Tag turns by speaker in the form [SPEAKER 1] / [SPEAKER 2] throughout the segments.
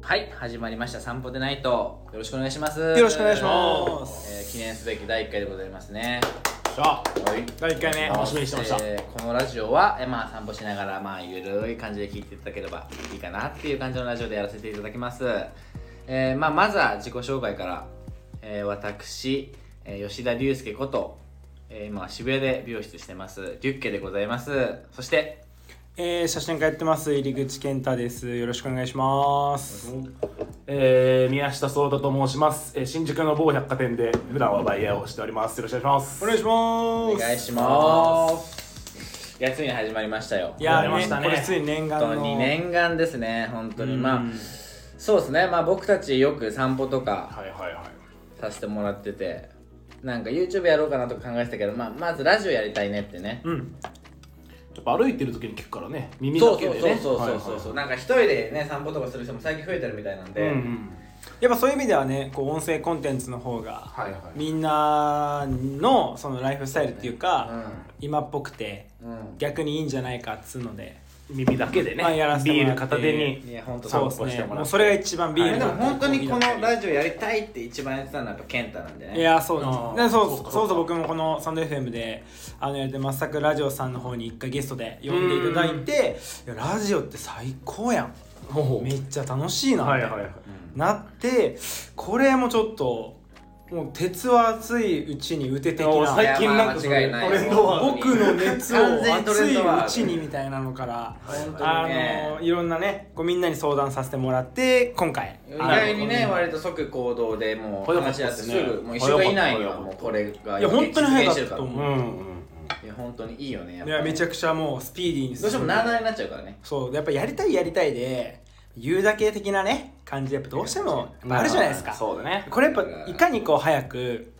[SPEAKER 1] はい始まりました散歩でないとよろしくお願いします
[SPEAKER 2] よろしくお願いします
[SPEAKER 1] えー記念すべき第1回でございますね
[SPEAKER 3] さあ
[SPEAKER 1] はい
[SPEAKER 2] 第1回目
[SPEAKER 3] 楽しみにしてました
[SPEAKER 1] えーこのラジオは、えーまあ、散歩しながら、まあ、ゆるい感じで聞いていただければいいかなっていう感じのラジオでやらせていただきます、えーまあ、まずは自己紹介から、えー私、えー吉田龍介こと、えー今は渋谷で美容室してますリュッケでございますそして
[SPEAKER 2] えー、写真家やってます入口健太ですよろしくお願いします
[SPEAKER 3] えー、宮下聡太と申します、えー、新宿の某百貨店で普段はバイヤーをしておりますよろしくお願いします
[SPEAKER 2] お願いしま
[SPEAKER 1] お
[SPEAKER 2] す
[SPEAKER 1] 願いしますいやついに始まりましたよ
[SPEAKER 2] いや
[SPEAKER 3] やりました
[SPEAKER 2] ー、
[SPEAKER 3] ね
[SPEAKER 2] ね、これついに念願
[SPEAKER 1] 本
[SPEAKER 2] の
[SPEAKER 1] 当に念願ですね本当に
[SPEAKER 2] うん
[SPEAKER 1] まあそうですねまあ僕たちよく散歩とか
[SPEAKER 3] はいはいはい
[SPEAKER 1] させてもらっててなんか YouTube やろうかなとか考えてたけど、まあ、まずラジオやりたいねってね、
[SPEAKER 2] うん
[SPEAKER 3] やっぱ歩いてる時に聞くからね耳だ
[SPEAKER 1] そう
[SPEAKER 3] け
[SPEAKER 1] そう
[SPEAKER 3] で
[SPEAKER 1] そう
[SPEAKER 3] ね
[SPEAKER 1] そうそうそうそう、なんか一人でね散歩とかする人も最近増えてるみたいなんで、
[SPEAKER 3] はいはいうん
[SPEAKER 2] やっぱそういう意味ではねこう音声コンテンツの方が
[SPEAKER 3] はいはい
[SPEAKER 2] みんなのそのライフスタイルっていうか、
[SPEAKER 1] う
[SPEAKER 2] 今っぽくて
[SPEAKER 1] うん
[SPEAKER 2] 逆にいいんじゃないかっつうので
[SPEAKER 3] 耳だけでね、
[SPEAKER 2] まあやらせても
[SPEAKER 3] ビー
[SPEAKER 2] ら
[SPEAKER 3] ル
[SPEAKER 2] って
[SPEAKER 3] 片手に
[SPEAKER 1] いや本当
[SPEAKER 2] そ
[SPEAKER 1] そうう
[SPEAKER 2] です
[SPEAKER 3] 散歩して
[SPEAKER 2] ね
[SPEAKER 3] もらって
[SPEAKER 2] もうそれが一番ビー
[SPEAKER 1] いや
[SPEAKER 2] ル
[SPEAKER 1] で
[SPEAKER 2] の
[SPEAKER 1] も本当にこのラジオやりたいって一番やってたのはやっぱ健太なんでね
[SPEAKER 2] いやそうです
[SPEAKER 3] あー
[SPEAKER 2] ねそう
[SPEAKER 3] そ
[SPEAKER 2] そう
[SPEAKER 3] か
[SPEAKER 2] う
[SPEAKER 3] そうか
[SPEAKER 2] そう僕もこのサンド FM であのやってまさくラジオさんの方に一回ゲストで呼んでいただいていやラジオって最高やん
[SPEAKER 3] ほうほう
[SPEAKER 2] めっちゃ楽しいな
[SPEAKER 3] はい
[SPEAKER 2] み
[SPEAKER 3] は
[SPEAKER 2] たい
[SPEAKER 3] い
[SPEAKER 2] な
[SPEAKER 3] は
[SPEAKER 2] いなってこれもちょっともう鉄は熱いうちに打て的
[SPEAKER 3] お
[SPEAKER 2] な
[SPEAKER 3] ー最近なんかそ
[SPEAKER 1] い
[SPEAKER 3] れ
[SPEAKER 1] やまあ間違いない
[SPEAKER 3] トレンドワード
[SPEAKER 2] 僕の熱を
[SPEAKER 1] 完全にト
[SPEAKER 2] 熱
[SPEAKER 1] レン
[SPEAKER 2] い
[SPEAKER 1] ドワード
[SPEAKER 2] うちにみたいなのから
[SPEAKER 1] 本当
[SPEAKER 2] あ
[SPEAKER 1] にね
[SPEAKER 2] のいろんなねこうみんなに相談させてもらって今回
[SPEAKER 1] 意外にね割と即行動でもう話し合ってすぐもう一週間以内よもうこれが
[SPEAKER 2] いや本当に早かったと
[SPEAKER 3] う
[SPEAKER 2] 思
[SPEAKER 3] んうんうん
[SPEAKER 1] いや本当にいいよねやっ
[SPEAKER 2] い
[SPEAKER 1] ぱ
[SPEAKER 2] やめちゃくちゃもうスピーディーに
[SPEAKER 1] どうしてもなーなーになっちゃうからね
[SPEAKER 2] そうやっぱやりたいやりたいで言うだけ的なね感じでやっぱどうしてもやっぱあるじゃないですか、
[SPEAKER 3] そうだね
[SPEAKER 2] これやっぱいかにこう早く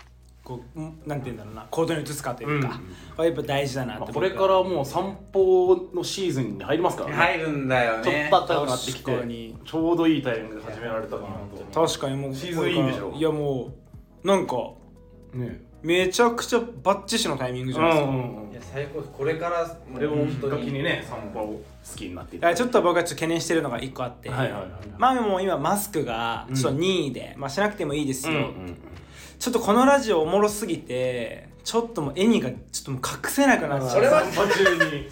[SPEAKER 2] こうんなんて言うんだろうな行動に移すかというか、
[SPEAKER 3] うん
[SPEAKER 2] これやっぱ大事だな
[SPEAKER 3] ま
[SPEAKER 2] っ
[SPEAKER 3] あ
[SPEAKER 2] て
[SPEAKER 3] これからもう散歩のシーズンに入りますからね、
[SPEAKER 1] 入るんだよ
[SPEAKER 3] ちょ
[SPEAKER 1] ね
[SPEAKER 3] っと暖かくなってき
[SPEAKER 2] 確か
[SPEAKER 3] て
[SPEAKER 2] に
[SPEAKER 3] ちょうどいいタイミングで始められたかなと
[SPEAKER 2] 確かにもう
[SPEAKER 3] シーズンインでしょ
[SPEAKER 2] いやもうなんか
[SPEAKER 3] ね
[SPEAKER 2] めちゃくちゃバッチシのタイミング
[SPEAKER 3] う
[SPEAKER 2] じゃないですか、
[SPEAKER 3] んうん
[SPEAKER 1] いや最高ですこれからも
[SPEAKER 3] これをきっかけにね
[SPEAKER 1] 本
[SPEAKER 3] 散歩
[SPEAKER 1] 当に
[SPEAKER 3] を好きになってい
[SPEAKER 2] いやちょっと僕がちょっと懸念してるのが一個あって、
[SPEAKER 3] はいはいはい
[SPEAKER 2] まあもう今マスクがちょっと任意で、まあしなくてもいいです
[SPEAKER 3] う
[SPEAKER 2] よ、
[SPEAKER 3] んうん
[SPEAKER 2] ちょっとこのラジオおもろすぎてちょっともう絵にがちょっともう隠せなくなっちゃう
[SPEAKER 1] それは
[SPEAKER 3] 散歩中に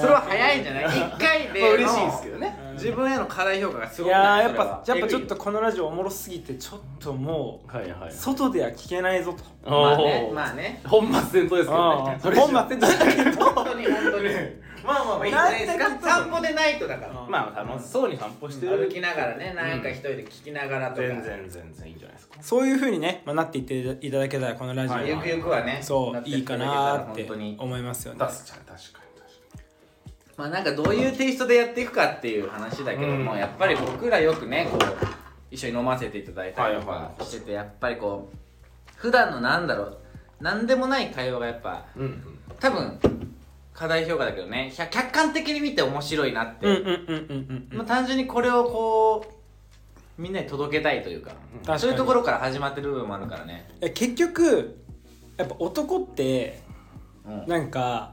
[SPEAKER 1] それは早いんじゃない一回での
[SPEAKER 3] 嬉しいですけどね
[SPEAKER 1] 自分への課題評価がす
[SPEAKER 2] い
[SPEAKER 1] ごくな
[SPEAKER 2] やー
[SPEAKER 1] い
[SPEAKER 2] やっぱ
[SPEAKER 1] そ
[SPEAKER 2] や
[SPEAKER 1] れ
[SPEAKER 2] っ
[SPEAKER 1] は
[SPEAKER 2] ぱちょっとこのラジオおもろすぎてちょっともう
[SPEAKER 3] はいはい
[SPEAKER 2] 外では聞けないぞと
[SPEAKER 1] まあねまあね
[SPEAKER 3] 本末転倒ですけ ど
[SPEAKER 2] 本
[SPEAKER 3] ね
[SPEAKER 2] 末転倒だけど
[SPEAKER 1] 本当に本当にまあまあまあいいじゃないですか散歩でないとだから
[SPEAKER 3] まあ楽しそうに散歩してる
[SPEAKER 1] 歩きながらねなんか一人で聞きながらとか
[SPEAKER 3] 全然全然いいんじゃないですか
[SPEAKER 2] そういうふうにね、まあ、なっていっていただけたらこのラジオは、
[SPEAKER 3] はい
[SPEAKER 1] ゆくゆくはね
[SPEAKER 2] そ
[SPEAKER 1] なっ
[SPEAKER 2] う
[SPEAKER 1] て
[SPEAKER 2] いい
[SPEAKER 1] た
[SPEAKER 2] か
[SPEAKER 1] だけた
[SPEAKER 2] な
[SPEAKER 1] ら
[SPEAKER 2] ーって
[SPEAKER 1] 本当に
[SPEAKER 2] 思いますよね
[SPEAKER 3] 確かに確かに確か
[SPEAKER 1] まあなんかどういうテイストでやっていくかっていう話だけども、
[SPEAKER 3] うん
[SPEAKER 1] やっぱり僕らよくねこう一緒に飲ませていただいたりと
[SPEAKER 3] はい
[SPEAKER 1] か
[SPEAKER 3] は
[SPEAKER 1] しててやっぱりこう普段のなんだろうなんでもない会話がやっぱ
[SPEAKER 3] にうん
[SPEAKER 1] 多分課題評価だけどねひゃ客観的に見て面白いなって、
[SPEAKER 2] うんうんうんうんうん
[SPEAKER 1] まあ、単純にこれをこうみんなに届けたいというか,、
[SPEAKER 2] 確かに
[SPEAKER 1] そういうところから始まってる部分もあるからね、
[SPEAKER 2] いや結局やっぱ男って
[SPEAKER 1] うん、
[SPEAKER 2] なんか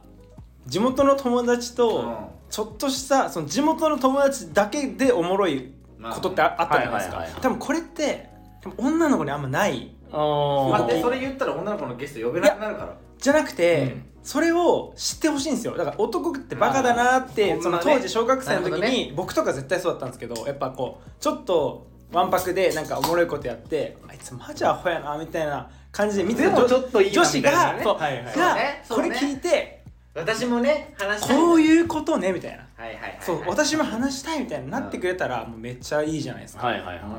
[SPEAKER 2] 地元の友達
[SPEAKER 1] うん
[SPEAKER 2] とちょっとしたその地元の友達だけでおもろいことってああったじゃないです
[SPEAKER 3] はい
[SPEAKER 2] か
[SPEAKER 3] はいはい
[SPEAKER 2] 多分これって多分女の子にあんまない
[SPEAKER 3] あ
[SPEAKER 1] 待
[SPEAKER 3] あ
[SPEAKER 1] ってそれ言ったら女の子のゲスト呼べなくなるから
[SPEAKER 2] じゃなくて、
[SPEAKER 3] うん
[SPEAKER 2] それを知ってほしいんですよだから男ってバカだなーって
[SPEAKER 1] あー
[SPEAKER 2] その
[SPEAKER 1] ほんまね
[SPEAKER 2] 当時小学生の時
[SPEAKER 1] なるほ
[SPEAKER 2] に、
[SPEAKER 1] どね
[SPEAKER 2] 僕とか絶対そうだったんですけどやっぱこうちょっとわんぱくでなんかおもろいことやってあいつマジアホやなみたいな感じで見て
[SPEAKER 3] で
[SPEAKER 2] た
[SPEAKER 3] もちょっといいな
[SPEAKER 2] 女子
[SPEAKER 3] みたいな
[SPEAKER 2] が
[SPEAKER 3] ね
[SPEAKER 2] そう
[SPEAKER 3] はいはい
[SPEAKER 2] が
[SPEAKER 1] そう
[SPEAKER 2] これ
[SPEAKER 1] ねそうね
[SPEAKER 2] 聞いて
[SPEAKER 1] 私もね話したい
[SPEAKER 2] こう
[SPEAKER 1] う
[SPEAKER 2] いうことねみたいな
[SPEAKER 1] はいはいはい、はい、
[SPEAKER 2] そう私も話したいみたいになってくれたらもうめっちゃいいじゃないですかだ
[SPEAKER 3] はいはい
[SPEAKER 1] うんうん
[SPEAKER 3] は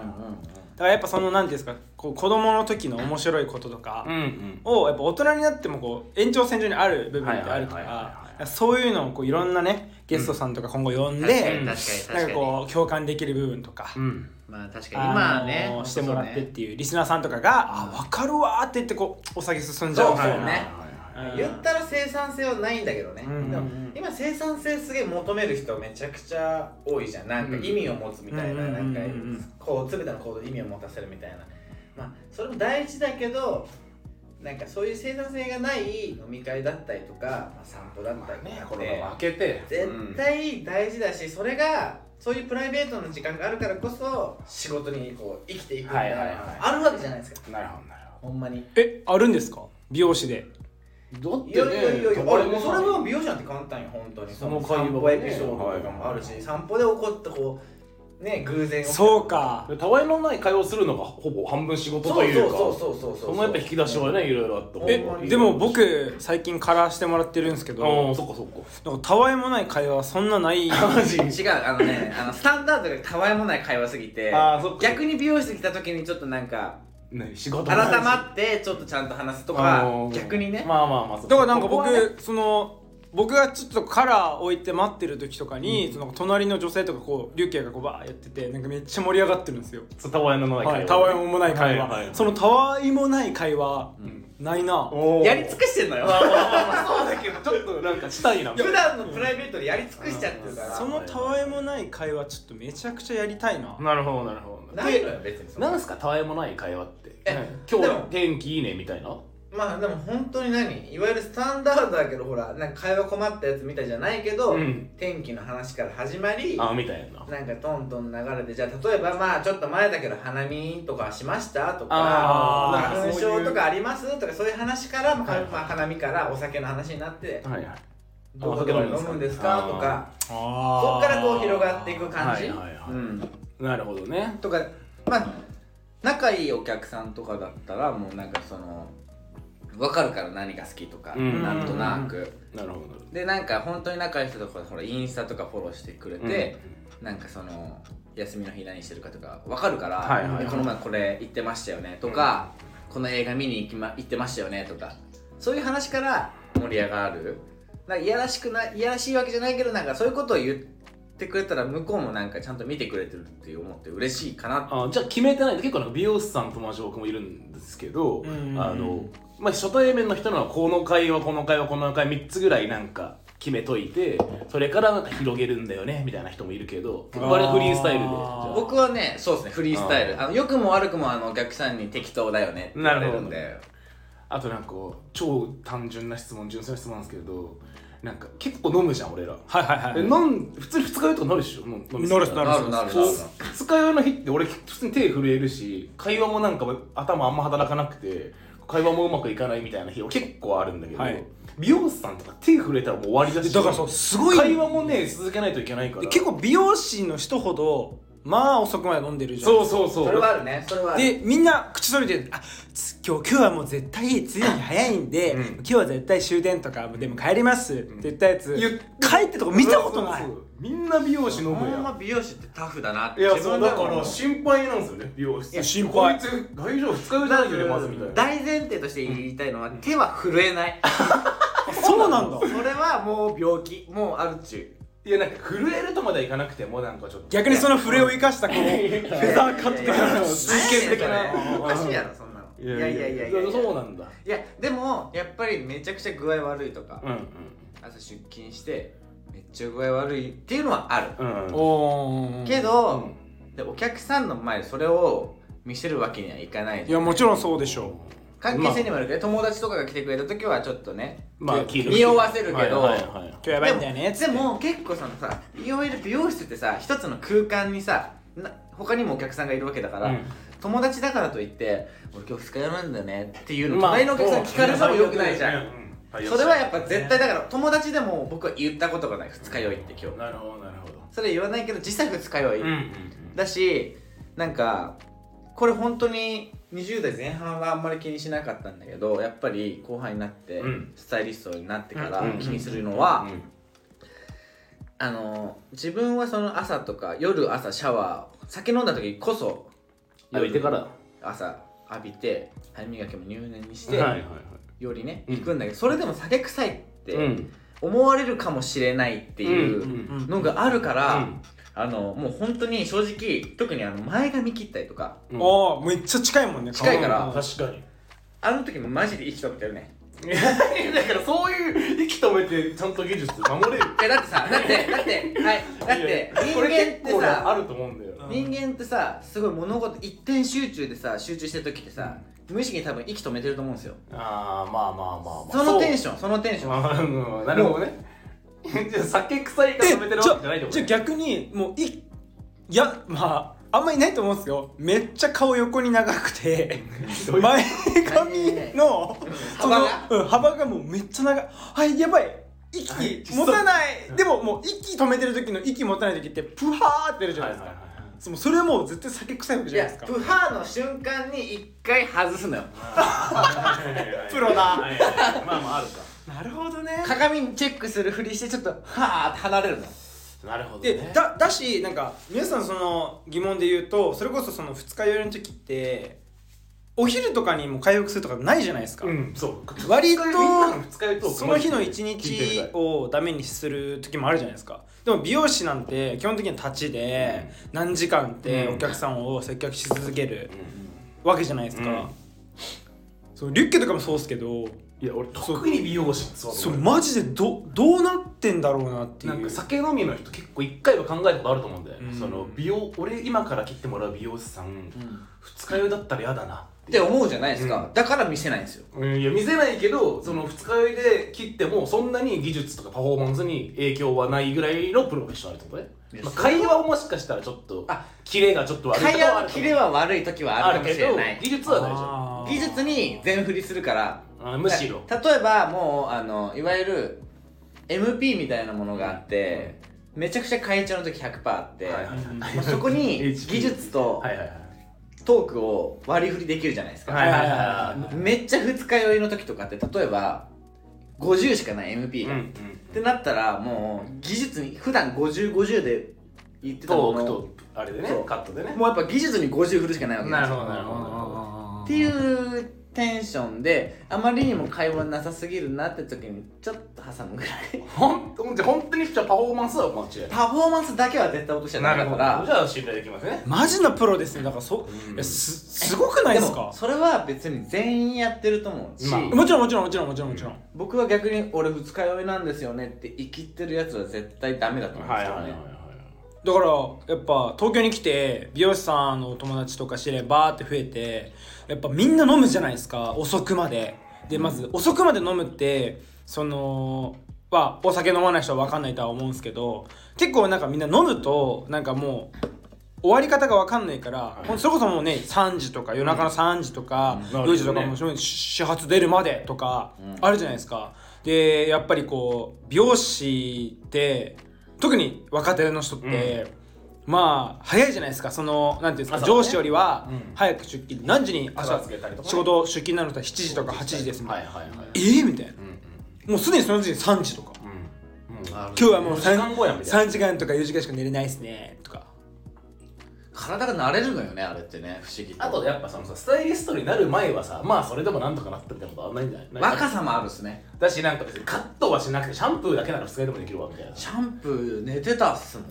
[SPEAKER 2] からやっぱその何ていうんですかこう子供の時の面白いこととか
[SPEAKER 3] いうんうん
[SPEAKER 2] をやっぱ大人になってもこう延長線上にある部分ってあるか
[SPEAKER 3] はいはいはいはいはいは
[SPEAKER 2] らそういうのをこういろんなねゲストさんとか今後呼
[SPEAKER 1] う
[SPEAKER 2] んで、
[SPEAKER 1] ん確かに確かに
[SPEAKER 2] なんかこう共感できる部分とか、
[SPEAKER 3] うん
[SPEAKER 1] まあ確かに今は
[SPEAKER 2] あの
[SPEAKER 1] ね、
[SPEAKER 2] してもらってっていうリスナーさんとかが「あ分かるわ」って言ってこうお酒進んじゃ
[SPEAKER 1] そううそうね
[SPEAKER 2] はいはい
[SPEAKER 1] 言ったら生産性はないんだけどね、
[SPEAKER 2] うんうんうん
[SPEAKER 1] でも今生産性すげえ求める人めちゃくちゃ多いじゃんなんか意味を持つみたいな,、
[SPEAKER 2] うん
[SPEAKER 1] なんか
[SPEAKER 2] うんうんうん
[SPEAKER 1] こう全ての行動に意味を持たせるみたいなまあそれも大事だけどなんかそういう生産性がない飲み会だったりとか、まあ、散歩だったりとかって、
[SPEAKER 3] けて
[SPEAKER 1] 絶対大事だしそれが
[SPEAKER 4] そういうプライベートの時間があるからこそ仕事にこう生きていくみたいな、
[SPEAKER 3] はいはいはい
[SPEAKER 4] あるわけじゃないですか
[SPEAKER 3] なるほどなる
[SPEAKER 4] ほんまに
[SPEAKER 2] えあるんですか美容師で
[SPEAKER 3] ほど
[SPEAKER 4] いやいやいやいや
[SPEAKER 3] ど
[SPEAKER 4] あ
[SPEAKER 3] こで
[SPEAKER 4] れ
[SPEAKER 3] も
[SPEAKER 4] それも美容師なんて簡単よ本当に
[SPEAKER 3] その会話
[SPEAKER 4] 散
[SPEAKER 3] ね
[SPEAKER 4] 歩エピソードとかもあるし、散歩で起こったこうね偶然起こった
[SPEAKER 2] そうか
[SPEAKER 3] たわいのない会話をするのがほぼ半分仕事というか
[SPEAKER 4] そうそうそうそうそう
[SPEAKER 3] そのやっぱ引き出しはねいろいろあった方がい
[SPEAKER 2] え
[SPEAKER 3] い
[SPEAKER 2] でも僕最近カラーしてもらってるんですけど
[SPEAKER 3] うんそっかそっか
[SPEAKER 2] なんかたわいもない会話はそんなない
[SPEAKER 3] マジ
[SPEAKER 1] 違うあのねあのスタンダードがたわいもない会話すぎて
[SPEAKER 3] あーそっか
[SPEAKER 1] 逆に美容室来た時にちょっとなんか
[SPEAKER 3] 何仕事の
[SPEAKER 1] 改
[SPEAKER 3] 話
[SPEAKER 1] まってちょっとちゃんと話すと
[SPEAKER 3] あ
[SPEAKER 1] か
[SPEAKER 3] のー
[SPEAKER 1] 逆にね
[SPEAKER 3] まあまあまあだ
[SPEAKER 2] だからなんか
[SPEAKER 3] こ
[SPEAKER 2] 僕、
[SPEAKER 3] こはね
[SPEAKER 2] その僕がちょっとカラー置いて待ってる時とかに、その隣の女性とかこう龍慶がこうバーやっててなんかめっちゃ盛り上がってるんですよ、
[SPEAKER 3] そうたわいのない会
[SPEAKER 2] は
[SPEAKER 3] 話
[SPEAKER 2] い、たわいもない会話、
[SPEAKER 3] はいはい
[SPEAKER 2] そのたわいもない会話、ないな
[SPEAKER 3] おー
[SPEAKER 1] やり尽くしてんのよ
[SPEAKER 3] まあまあまあそうだけどちょっとなんかしたいな
[SPEAKER 1] 普段のプライベートでやり尽くしちゃってるから
[SPEAKER 2] そのたわいもない会話ちょっとめちゃくちゃやりたいな、
[SPEAKER 3] なるほどなるほど
[SPEAKER 4] ないのよ別にそんな
[SPEAKER 3] なんすかたわいもない会話って
[SPEAKER 4] え
[SPEAKER 3] はい今
[SPEAKER 4] で
[SPEAKER 3] 日
[SPEAKER 4] も
[SPEAKER 3] 天気いいねみたいな
[SPEAKER 4] まあでも本当に何いわゆるスタンダードだけどほらなんか会話困ったやつみたいじゃないけど、
[SPEAKER 3] うん
[SPEAKER 4] 天気の話から始まり
[SPEAKER 3] あみたいな
[SPEAKER 4] なんかトントン流れてじゃあ例えばまあちょっと前だけど花見とかしましたと
[SPEAKER 3] あ
[SPEAKER 4] か
[SPEAKER 2] ー
[SPEAKER 4] 花粉
[SPEAKER 2] そうい
[SPEAKER 4] 症
[SPEAKER 2] う
[SPEAKER 4] とかありますとかそういう話から、まあ
[SPEAKER 3] はい
[SPEAKER 4] まあ花見からお酒の話になって
[SPEAKER 3] はいはい
[SPEAKER 4] どこで飲むんですかとかそ
[SPEAKER 2] あ
[SPEAKER 4] っ
[SPEAKER 2] ー
[SPEAKER 4] からこう広がっていく感じ、
[SPEAKER 3] はいはいは
[SPEAKER 1] うん
[SPEAKER 3] いなるほどね
[SPEAKER 1] とかまあ仲いいお客さんとかだったらもうなんかその分かるから何が好きとか、
[SPEAKER 3] うん
[SPEAKER 1] なんとなく、
[SPEAKER 3] なるほどなる
[SPEAKER 1] でなんか本当に仲いい人とかほらインスタとかフォローしてくれ
[SPEAKER 3] ほど
[SPEAKER 1] て、なんかその休みの日何してるかとか分かるから、
[SPEAKER 3] はいはいはい
[SPEAKER 1] でこの前これ行ってましたよねとか、この映画見に行き、ま、行ってましたよねとかそういう話から盛り上がるなんかいやらしくないいやらしいわけじゃないけどなんかそういうことを言ってくれたら向こうもなんかちゃんと見てくれてるって思って嬉しいかなって
[SPEAKER 3] あじゃあ決めてない結構なんか美容師さんの友達僕もいるんですけど、
[SPEAKER 2] うんうんうん
[SPEAKER 3] あのまあ、初対面の人のこの会話この会話この会話3つぐらいなんか決めといてそれからなんか広げるんだよねみたいな人もいるけど
[SPEAKER 2] あー
[SPEAKER 3] 割とフリースタイルでじゃあ
[SPEAKER 1] 僕はねそうですねフリースタイル
[SPEAKER 3] あ
[SPEAKER 1] あの良くも悪くもあのお客さんに適当だよねって言われるん
[SPEAKER 3] な
[SPEAKER 1] で
[SPEAKER 3] あとなんかこう超単純な質問純粋な質問なんですけどなんか結構飲むじゃん俺ら、
[SPEAKER 2] はいはいは
[SPEAKER 3] え
[SPEAKER 2] い
[SPEAKER 3] なん普通に二日酔いとかなるでしょ飲む飲みすぎたら
[SPEAKER 2] なる
[SPEAKER 1] なるなるなる
[SPEAKER 3] そう二日酔いの日って俺普通に手震えるし会話もなんか頭あんま働かなくて会話もうまくいかないみたいな日結構あるんだけど、
[SPEAKER 2] はい
[SPEAKER 3] 美容師さんとか手震えたらもう終わりだし
[SPEAKER 2] だからそうすごい
[SPEAKER 3] 会話もね続けないといけないから
[SPEAKER 2] で結構美容師の人ほどまあ遅くまで飲んでるじゃん
[SPEAKER 3] そうそうそう
[SPEAKER 4] それはあるねそれはある
[SPEAKER 2] でみんな口揃えて「あつ今日今日はもう絶対次の日早いんで、
[SPEAKER 3] うん
[SPEAKER 2] 今日は絶対終電とかもうでも帰ります」って言ったやつ、
[SPEAKER 3] 言っ
[SPEAKER 2] 帰ってとか見たことない
[SPEAKER 3] そうそうそうみんな美容師飲む
[SPEAKER 1] ほ
[SPEAKER 3] や
[SPEAKER 1] ん
[SPEAKER 3] ん
[SPEAKER 1] ま美容師ってタフだなって
[SPEAKER 3] いや
[SPEAKER 1] 自
[SPEAKER 3] そう
[SPEAKER 1] 分
[SPEAKER 3] だ
[SPEAKER 1] で
[SPEAKER 3] か
[SPEAKER 1] も
[SPEAKER 3] ら心配なんですよね美容室
[SPEAKER 2] 心配
[SPEAKER 3] こいつ大丈夫二日酔いじゃないよねまずみたいな
[SPEAKER 1] 大前提として言いたいのは手は震えない
[SPEAKER 2] そうなんだ
[SPEAKER 1] それはもう病気もうあるっちゅう
[SPEAKER 3] いやなんか震えるとまではいかなくてもなんかちょっと
[SPEAKER 2] 逆にその触れを生かしたこうフェザーカット
[SPEAKER 1] いやいやいや
[SPEAKER 2] の
[SPEAKER 1] 何
[SPEAKER 2] 実
[SPEAKER 1] やね
[SPEAKER 2] 験
[SPEAKER 1] ん
[SPEAKER 2] 的
[SPEAKER 1] それ
[SPEAKER 2] な
[SPEAKER 1] おかしいやろそんなのいやいやいやいやいや
[SPEAKER 3] そうなんだ
[SPEAKER 1] いやでもやっぱりめちゃくちゃ具合悪いとか
[SPEAKER 3] うんうん
[SPEAKER 1] 朝出勤してめっちゃ具合悪いっていうのはある
[SPEAKER 3] うんうん
[SPEAKER 2] おー
[SPEAKER 1] け
[SPEAKER 3] う
[SPEAKER 1] ど
[SPEAKER 3] ん
[SPEAKER 1] でお客さんの前でそれを見せるわけにはいかない
[SPEAKER 2] いやもちろんそうでしょ
[SPEAKER 1] 関係性にもあるけど、友達とかが来てくれた時はちょっとね、
[SPEAKER 3] まあ、
[SPEAKER 1] 気匂わせるけど、
[SPEAKER 3] はいはいはい
[SPEAKER 2] 今日やばいんだよね
[SPEAKER 1] でも結構そのさいわゆる美容室ってさ一つの空間にさな他にもお客さんがいるわけだから、
[SPEAKER 3] うん
[SPEAKER 1] 友達だからといって「俺今日二日酔いなんだよね」っていうの
[SPEAKER 3] まあ
[SPEAKER 1] 隣のお客さん聞かれてもよくないじゃん、
[SPEAKER 3] うん
[SPEAKER 1] それはやっぱ絶対だから友達でも僕は言ったことがない二日酔いって今日
[SPEAKER 3] なるほどなるほど
[SPEAKER 1] それ言わないけど実際二日酔い、
[SPEAKER 3] うんうん
[SPEAKER 1] だしなんかこれ本当に20代前半はあんまり気にしなかったんだけどやっぱり後輩になって、
[SPEAKER 3] うん
[SPEAKER 1] スタイリストになってから
[SPEAKER 3] うん
[SPEAKER 1] 気にするのは、
[SPEAKER 3] うん
[SPEAKER 1] あの自分はその朝とか夜朝シャワー酒飲んだ時こそ
[SPEAKER 3] うんいてから
[SPEAKER 1] 朝浴びて歯磨きも入念にして、
[SPEAKER 3] はいはいは
[SPEAKER 1] よりね
[SPEAKER 3] うん
[SPEAKER 1] 行くんだけど、それでも酒臭いっ
[SPEAKER 3] い
[SPEAKER 1] て思われるかもしれないっていう
[SPEAKER 2] う、うん、
[SPEAKER 1] のがあるから、
[SPEAKER 3] うん
[SPEAKER 1] あのもう本当に正直特にあの前髪切ったりとか
[SPEAKER 3] うん
[SPEAKER 2] おーめっちゃ近いもんね
[SPEAKER 1] 近いから
[SPEAKER 2] 顔
[SPEAKER 3] 確かに
[SPEAKER 1] あの時もマジで息止めたよね
[SPEAKER 3] いやだからそういう息止めてちゃんと技術守れる
[SPEAKER 1] えだってさだってだってはいだっ
[SPEAKER 3] いや
[SPEAKER 1] て人
[SPEAKER 3] こ
[SPEAKER 1] 間っ
[SPEAKER 3] れ結
[SPEAKER 1] て
[SPEAKER 3] 構ねあ
[SPEAKER 1] さ
[SPEAKER 3] ると思うんだよ
[SPEAKER 2] うん
[SPEAKER 1] 人間ってさすごい物事一点集中でさ集中してる時ってさ無意識に多分息止めてると思うんですよ
[SPEAKER 3] ああまあまあまあまあ
[SPEAKER 1] そのテン
[SPEAKER 3] シ
[SPEAKER 1] ションそのテンション
[SPEAKER 3] ョンなるほどねじゃあ酒臭いから
[SPEAKER 2] え
[SPEAKER 3] 止めてる
[SPEAKER 2] じ
[SPEAKER 3] わ
[SPEAKER 2] ゃ
[SPEAKER 3] けじゃないってこと
[SPEAKER 2] じゃあ
[SPEAKER 3] ね
[SPEAKER 2] 逆にもう一いやまああんまりいないと思うんですよめっちゃ顔横に長くて
[SPEAKER 3] どういう
[SPEAKER 2] 前髪 のその
[SPEAKER 4] 幅が
[SPEAKER 2] うん幅がもうめっちゃ長いはいやばい息持たないでももう息止めてる時の息持たない時ってプハーって出るじゃないですか、そのそれもう絶対酒臭いわけ
[SPEAKER 4] い
[SPEAKER 2] じゃ
[SPEAKER 4] や
[SPEAKER 2] ないですか
[SPEAKER 4] プハーの瞬間に一
[SPEAKER 1] 回外すのよ
[SPEAKER 2] プロだ
[SPEAKER 3] はいはいはいまあまああるか
[SPEAKER 2] なるほどね
[SPEAKER 1] 鏡チェックするふりしてちょっとはーって離れるの
[SPEAKER 3] なるほど
[SPEAKER 2] で
[SPEAKER 3] ね
[SPEAKER 2] だだしなんか皆さんその疑問で言うとそれこそその二日酔いの時ってお昼とかにも回復するとかないじゃないですか、
[SPEAKER 3] うんそう
[SPEAKER 2] 割と
[SPEAKER 3] みんなの二日酔いトーク
[SPEAKER 2] その日の
[SPEAKER 3] マジ
[SPEAKER 2] 一
[SPEAKER 3] で聞いてみ
[SPEAKER 2] 日
[SPEAKER 3] たい
[SPEAKER 2] をダメにする時もあるじゃないですかでも美容師なんて基本的には立ちで何時間ってお客さんを接客し続けるわけじゃないですか、
[SPEAKER 3] うん
[SPEAKER 2] そうリュッケとかもそうですけど
[SPEAKER 3] いや俺特に美容師ってそうだと
[SPEAKER 2] そう
[SPEAKER 3] 思う
[SPEAKER 2] マジでどどうなってんだろうなっていう
[SPEAKER 3] なんか酒飲みの人結構一回は考えたことあると思うんだよ、
[SPEAKER 2] うん
[SPEAKER 3] その美容俺今から切ってもらう美容師さん、二日酔いだったら嫌だな
[SPEAKER 1] って思うじゃないですか、だから見せないんですよ
[SPEAKER 3] うんいや見せないけどその二日酔いで切ってもそんなに技術とかパフォーマンスに影響はないぐらいのプロフェッショナルってことね
[SPEAKER 1] いや
[SPEAKER 3] まあ、
[SPEAKER 1] そう
[SPEAKER 3] 会話ももしかしたらちょっと
[SPEAKER 1] あ
[SPEAKER 3] キレがちょっと悪いとこ
[SPEAKER 1] 会
[SPEAKER 3] は
[SPEAKER 1] 話
[SPEAKER 3] あ
[SPEAKER 1] の
[SPEAKER 3] ると
[SPEAKER 1] キ
[SPEAKER 3] 思う
[SPEAKER 1] レは悪い時はあるかもしれな
[SPEAKER 3] ある
[SPEAKER 1] い
[SPEAKER 3] けど技術は大丈
[SPEAKER 2] あー
[SPEAKER 1] 技術に全振りするから
[SPEAKER 3] 夫あむしろ
[SPEAKER 1] た例えばもうあのいわゆる MP みたいなものがあって、めちゃくちゃ会長の時100%あって、
[SPEAKER 3] はいはいはい
[SPEAKER 1] まあそこに
[SPEAKER 3] HP
[SPEAKER 1] 技術と
[SPEAKER 3] はいはいはい
[SPEAKER 1] トークを割り振りできるじゃないですか、
[SPEAKER 3] はいはいはいはい
[SPEAKER 1] めっちゃ二日酔いの時とかって例えば50しかない MP が、
[SPEAKER 3] うんう
[SPEAKER 1] っ
[SPEAKER 3] ん
[SPEAKER 1] てなったらもう技術に普段5050で言ってた
[SPEAKER 3] ト
[SPEAKER 1] も
[SPEAKER 3] ー
[SPEAKER 1] の
[SPEAKER 3] クとあれでね
[SPEAKER 1] そう
[SPEAKER 3] カットでね
[SPEAKER 1] もうやっぱ技術に50振るしかないわけじゃないですか
[SPEAKER 3] なるほどなる
[SPEAKER 2] ど
[SPEAKER 1] っていうテンションであまりにも会話なさすぎるなって時にちょっと挟 むぐらい
[SPEAKER 3] ほんほんじゃあ本当にじゃあパフォーマンスは間違いない
[SPEAKER 1] パフォーマンスだけは絶対落としちゃダメだから
[SPEAKER 3] じゃあ信頼できますね
[SPEAKER 2] マジのプロですねだからそ、いやすすごくない
[SPEAKER 1] で
[SPEAKER 2] ですか
[SPEAKER 1] もそれは別に全員やってると思うし、
[SPEAKER 3] まあ
[SPEAKER 2] もちろんもちろんもちろんもちろんもちろん、
[SPEAKER 1] 僕は逆に俺二日酔いなんですよねって生きってるやつは絶対ダメだと思うんですよね、
[SPEAKER 2] だからやっぱ東京に来て美容師さんのお友達とか知ればーって増えてやっぱみんな飲むじゃないですか遅くまででまず遅くまで飲むってそのはお酒飲まない人は分かんないとは思うんですけど結構なんかみんな飲むとなんかもう終わり方が分かんないから、
[SPEAKER 3] い
[SPEAKER 2] ほんそれこそもうね3時とか夜中の3時とか、
[SPEAKER 3] うん
[SPEAKER 2] 4時とかもうし始発出るまでとかあるじゃないですか、でやっぱりこう美容師って特に若手の人って、まあ早いじゃないですかそのなんていうんです
[SPEAKER 3] 朝
[SPEAKER 2] か
[SPEAKER 3] は
[SPEAKER 2] 上
[SPEAKER 3] ね
[SPEAKER 2] 司よりは
[SPEAKER 3] うん
[SPEAKER 2] 早く出勤何時に朝
[SPEAKER 3] 片付けたりとかね
[SPEAKER 2] 仕事出勤になるのは7時とか8時ですもん、
[SPEAKER 3] はいはいはい
[SPEAKER 2] えー、みたいな
[SPEAKER 3] うんうん
[SPEAKER 2] もうすでにその時に3時とか
[SPEAKER 3] うんうん
[SPEAKER 1] ある
[SPEAKER 2] 今日はもう
[SPEAKER 3] 時間後やみたいな
[SPEAKER 2] 3時間とか4時間しか寝れないですねとか
[SPEAKER 1] 体が慣れるのよねあれってね不思議と
[SPEAKER 3] あとやっぱそのさスタイリストになる前はさまあそれでもなんとかなってるってことはないんじゃないなんか
[SPEAKER 1] 若さもあるっすね
[SPEAKER 3] だしなんか別にカットはしなくてシャンプーだけなら二日酔いでもできるわみたいな
[SPEAKER 1] シャンプー寝てたっすも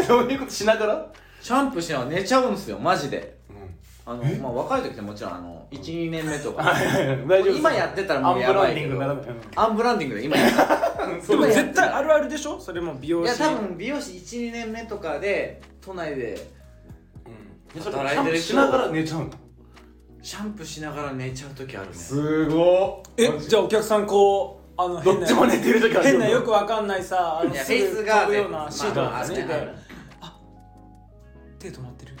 [SPEAKER 1] ん
[SPEAKER 3] そういうことしながら
[SPEAKER 1] シャンプーしながら寝ちゃうんすよマジで
[SPEAKER 3] うん
[SPEAKER 1] あの、まあ、若い時ってもちろんあの12年目と か
[SPEAKER 3] 大丈夫
[SPEAKER 1] 今やってたらもうやばいけど
[SPEAKER 3] アンブランディングに
[SPEAKER 1] アンブランディングで今やってた
[SPEAKER 3] ならない
[SPEAKER 2] でも
[SPEAKER 1] そう
[SPEAKER 2] 絶対あるあるでしょそれも美容
[SPEAKER 1] い
[SPEAKER 2] 師
[SPEAKER 1] や多分美容師12年目とかで都内で
[SPEAKER 3] うんそれシャンプーしながら寝ちゃうの
[SPEAKER 1] シャンプーしながら寝ちゃう時あるね
[SPEAKER 3] すごい
[SPEAKER 2] えじゃあお客さんこうあの
[SPEAKER 3] どっちも寝てる時ある
[SPEAKER 2] 変なよくわかんないさあの
[SPEAKER 1] いや
[SPEAKER 2] す
[SPEAKER 1] フェ
[SPEAKER 2] ぐ
[SPEAKER 1] イスガー
[SPEAKER 2] 飛ぶ
[SPEAKER 1] ゼ
[SPEAKER 2] ようなシート
[SPEAKER 3] ま
[SPEAKER 2] が
[SPEAKER 3] あ
[SPEAKER 2] 好き
[SPEAKER 3] ね
[SPEAKER 2] で
[SPEAKER 3] ある
[SPEAKER 2] 手止まってる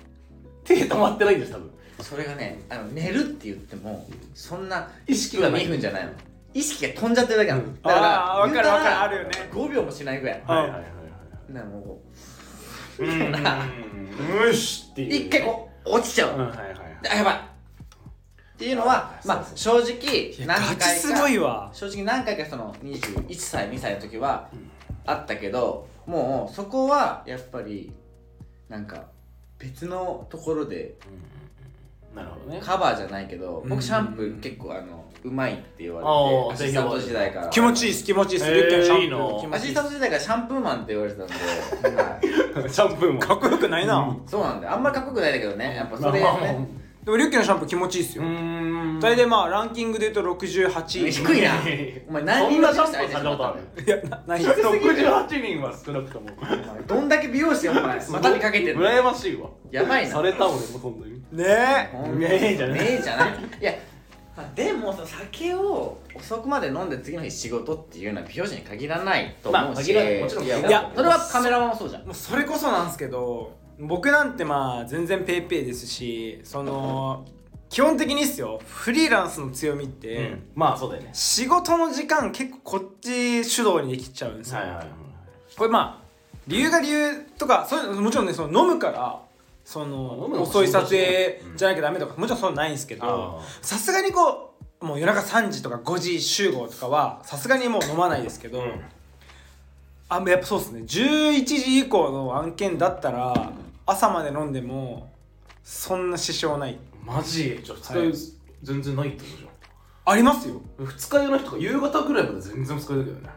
[SPEAKER 3] 手止まってないんです多分
[SPEAKER 1] それがねあの寝るって言ってもそんな
[SPEAKER 3] 意識がない
[SPEAKER 1] 2分じゃないの意識が飛んじゃってるだけなの、
[SPEAKER 3] うん
[SPEAKER 1] だから
[SPEAKER 2] あーわかる
[SPEAKER 1] 言うたら
[SPEAKER 2] わかるあるよね
[SPEAKER 1] 5秒もしないぐらい
[SPEAKER 3] はいはいはいはい
[SPEAKER 1] なもう
[SPEAKER 3] うんよしっていう
[SPEAKER 1] 一回こう落ちちゃう、
[SPEAKER 3] うんはいはいはい
[SPEAKER 1] であやばいっていうのは
[SPEAKER 3] あ
[SPEAKER 1] まあ正直
[SPEAKER 2] いや
[SPEAKER 1] 何
[SPEAKER 2] ガ
[SPEAKER 1] 回
[SPEAKER 2] チ
[SPEAKER 1] か
[SPEAKER 2] すごいわ
[SPEAKER 1] 正直何回かその21歳2歳の時はあったけどもうそこはやっぱりなんか別のところで
[SPEAKER 3] なるほどね
[SPEAKER 1] カバーじゃないけど
[SPEAKER 2] うん
[SPEAKER 1] 僕シャンプー結構あのうまいって言
[SPEAKER 3] あ
[SPEAKER 1] わ
[SPEAKER 3] ー
[SPEAKER 1] れてアシスタント時代から
[SPEAKER 2] 気持ちいいです気持ちいいです
[SPEAKER 3] えー
[SPEAKER 2] リュッケのシャンプー
[SPEAKER 3] いいの
[SPEAKER 2] 気持
[SPEAKER 1] ア
[SPEAKER 2] ちい
[SPEAKER 1] シス
[SPEAKER 2] いで
[SPEAKER 1] タン
[SPEAKER 2] す
[SPEAKER 1] ト時代からシャンプーマンって言われてたんで、はい
[SPEAKER 3] シャンプーも
[SPEAKER 2] かっこよくないな、
[SPEAKER 1] そうなんだよあんまりかっこよくないんだけどねやっぱそれ
[SPEAKER 3] ま
[SPEAKER 1] や
[SPEAKER 3] あまあまあ
[SPEAKER 1] ね
[SPEAKER 2] でもリュッケのシャンプー気持ちいいです
[SPEAKER 3] う
[SPEAKER 2] よ、
[SPEAKER 3] ーん
[SPEAKER 2] 大体まあランキングで言うと68位
[SPEAKER 1] 低いなお前何人
[SPEAKER 3] そんな
[SPEAKER 1] の
[SPEAKER 3] シャンプーされたことある
[SPEAKER 2] いやな ないです
[SPEAKER 3] 68人は少なくとも
[SPEAKER 1] どんだけ美容師よお前またにかけてんだよ
[SPEAKER 3] 羨ましいわ
[SPEAKER 1] やばいな
[SPEAKER 3] された俺もそんなに
[SPEAKER 2] ねえ
[SPEAKER 1] うん
[SPEAKER 3] ねえじゃない
[SPEAKER 1] ねえじゃないいやまあでもその酒を遅くまで飲んで次の日仕事っていうのは美容師に限らないと思うし、
[SPEAKER 3] まあ限らないもちろん
[SPEAKER 1] いや
[SPEAKER 3] 限らない
[SPEAKER 1] それはカメラマンもそうじゃん
[SPEAKER 2] もうそれこそなんですけど僕なんてまあ全然ペイペイですしその基本的にですよフリーランスの強みって、
[SPEAKER 3] うんまあそうだよね
[SPEAKER 2] 仕事の時間結構こっち主導にできちゃうんですよ、
[SPEAKER 3] はいはいはい
[SPEAKER 2] これまあ理由が理由とかそういうのもちろんねその飲むからそ
[SPEAKER 3] 飲むの
[SPEAKER 2] の
[SPEAKER 3] も
[SPEAKER 2] 遅い撮影
[SPEAKER 3] そうだしねうん
[SPEAKER 2] じゃなきゃダメとかもちろんそういうのないんですけ
[SPEAKER 3] あ
[SPEAKER 2] ど
[SPEAKER 3] あ
[SPEAKER 2] さすがにこうもう夜中3時とか5時集合とかはさすがにもう飲まないですけど、
[SPEAKER 3] うん
[SPEAKER 2] あやっぱそうですね11時以降の案件だったら朝まで飲んでもそんな支障ない
[SPEAKER 3] マジじゃあ二日
[SPEAKER 2] は
[SPEAKER 3] 酔
[SPEAKER 2] い
[SPEAKER 3] い全然ないってことじ
[SPEAKER 2] ありますよ
[SPEAKER 3] ゃん二日酔いの人が夕方ぐらいまで全然二日酔いだけどね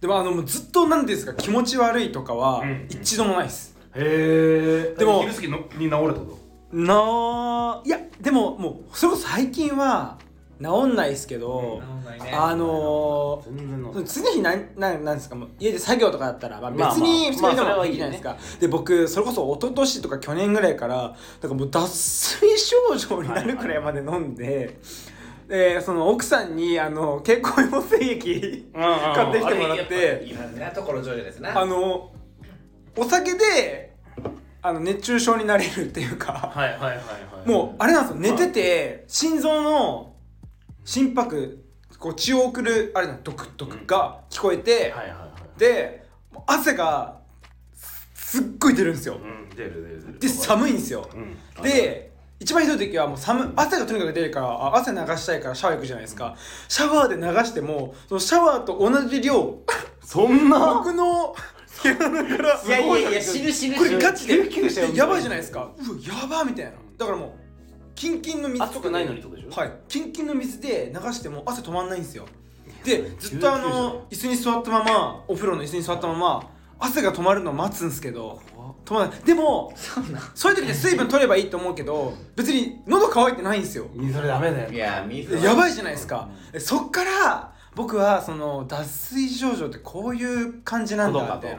[SPEAKER 2] でもあのもうずっと何ですか気持ち悪いとかは
[SPEAKER 3] うん
[SPEAKER 2] 一度もないです、
[SPEAKER 3] へえ
[SPEAKER 2] でも
[SPEAKER 3] 昼過ぎのに治れたと
[SPEAKER 2] ないやでももうそれこそ最近は治んないですけど、
[SPEAKER 1] なんないね
[SPEAKER 2] あの
[SPEAKER 3] 全然治
[SPEAKER 2] ー、
[SPEAKER 3] る
[SPEAKER 2] 次の日なんなんなんですかもう家で作業とかだったら、まあ、
[SPEAKER 3] まあ
[SPEAKER 2] 別に普
[SPEAKER 3] まあ
[SPEAKER 2] 通にで
[SPEAKER 3] まあそれ
[SPEAKER 2] も
[SPEAKER 3] はい
[SPEAKER 2] で
[SPEAKER 3] い
[SPEAKER 2] きな
[SPEAKER 3] よ
[SPEAKER 2] いで
[SPEAKER 3] ね
[SPEAKER 2] すか、で僕それこそ一昨年とか去年ぐらいからだからもう脱水症状になるくらいまで飲んで、でその奥さんにあの蛍光用水液買ってきてもらって。
[SPEAKER 1] なんてなところ上手ですね
[SPEAKER 2] あのお酒であの熱中症になれるっていうか
[SPEAKER 3] はいはいはいはい
[SPEAKER 2] もうあれなんですよ寝てて心臓の心拍こう血を送るあれのドクドクが聞こえて
[SPEAKER 3] はいはいはい
[SPEAKER 2] でもう汗がすすっごい出るんですよ
[SPEAKER 3] うん出る出る出る
[SPEAKER 2] で寒いんですよ
[SPEAKER 3] うん
[SPEAKER 2] で一番ひどい時はもう寒い汗がとにかく出るからあ汗流したいからシャワー行くじゃないですかシャワーで流してもそのシャワーと同じ量
[SPEAKER 3] そんな
[SPEAKER 2] 僕の毛穴から
[SPEAKER 1] いやいやいや死ぬ死ぬ
[SPEAKER 2] これガチで
[SPEAKER 3] 救急車呼んだ
[SPEAKER 2] やばいじゃないですかうわやばみたいなだからもうキンキンの水と
[SPEAKER 3] 暑
[SPEAKER 2] か
[SPEAKER 3] く
[SPEAKER 2] で
[SPEAKER 3] ないのにってことでしょ
[SPEAKER 2] はいキンキンの水で流しても汗止まんないんですよで
[SPEAKER 3] 救急
[SPEAKER 2] ずっとあ
[SPEAKER 3] 車だよ
[SPEAKER 2] の椅子に座ったままお風呂の椅子に座ったまま汗が止まるのを待つんですけど止まらないでも
[SPEAKER 1] そんな
[SPEAKER 2] そういう時で水分取ればいいと思うけど別に喉乾いてないんですよ
[SPEAKER 3] いそれダメだよ
[SPEAKER 5] いや水は
[SPEAKER 2] やばいじゃないですかでそっから僕はその脱水症状ってこういう感じなんだ
[SPEAKER 3] か
[SPEAKER 2] っ
[SPEAKER 3] と
[SPEAKER 2] て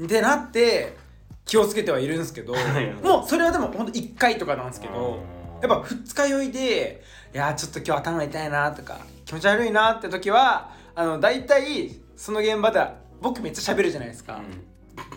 [SPEAKER 2] でなって気をつけてはいるんですけどもうそれはでもほんと1回とかなんですけどやっぱ二日酔いでいやーちょっと今日頭痛いなとか気持ち悪いなって時はあの大体その現場では僕めっちゃ喋るじゃないですか、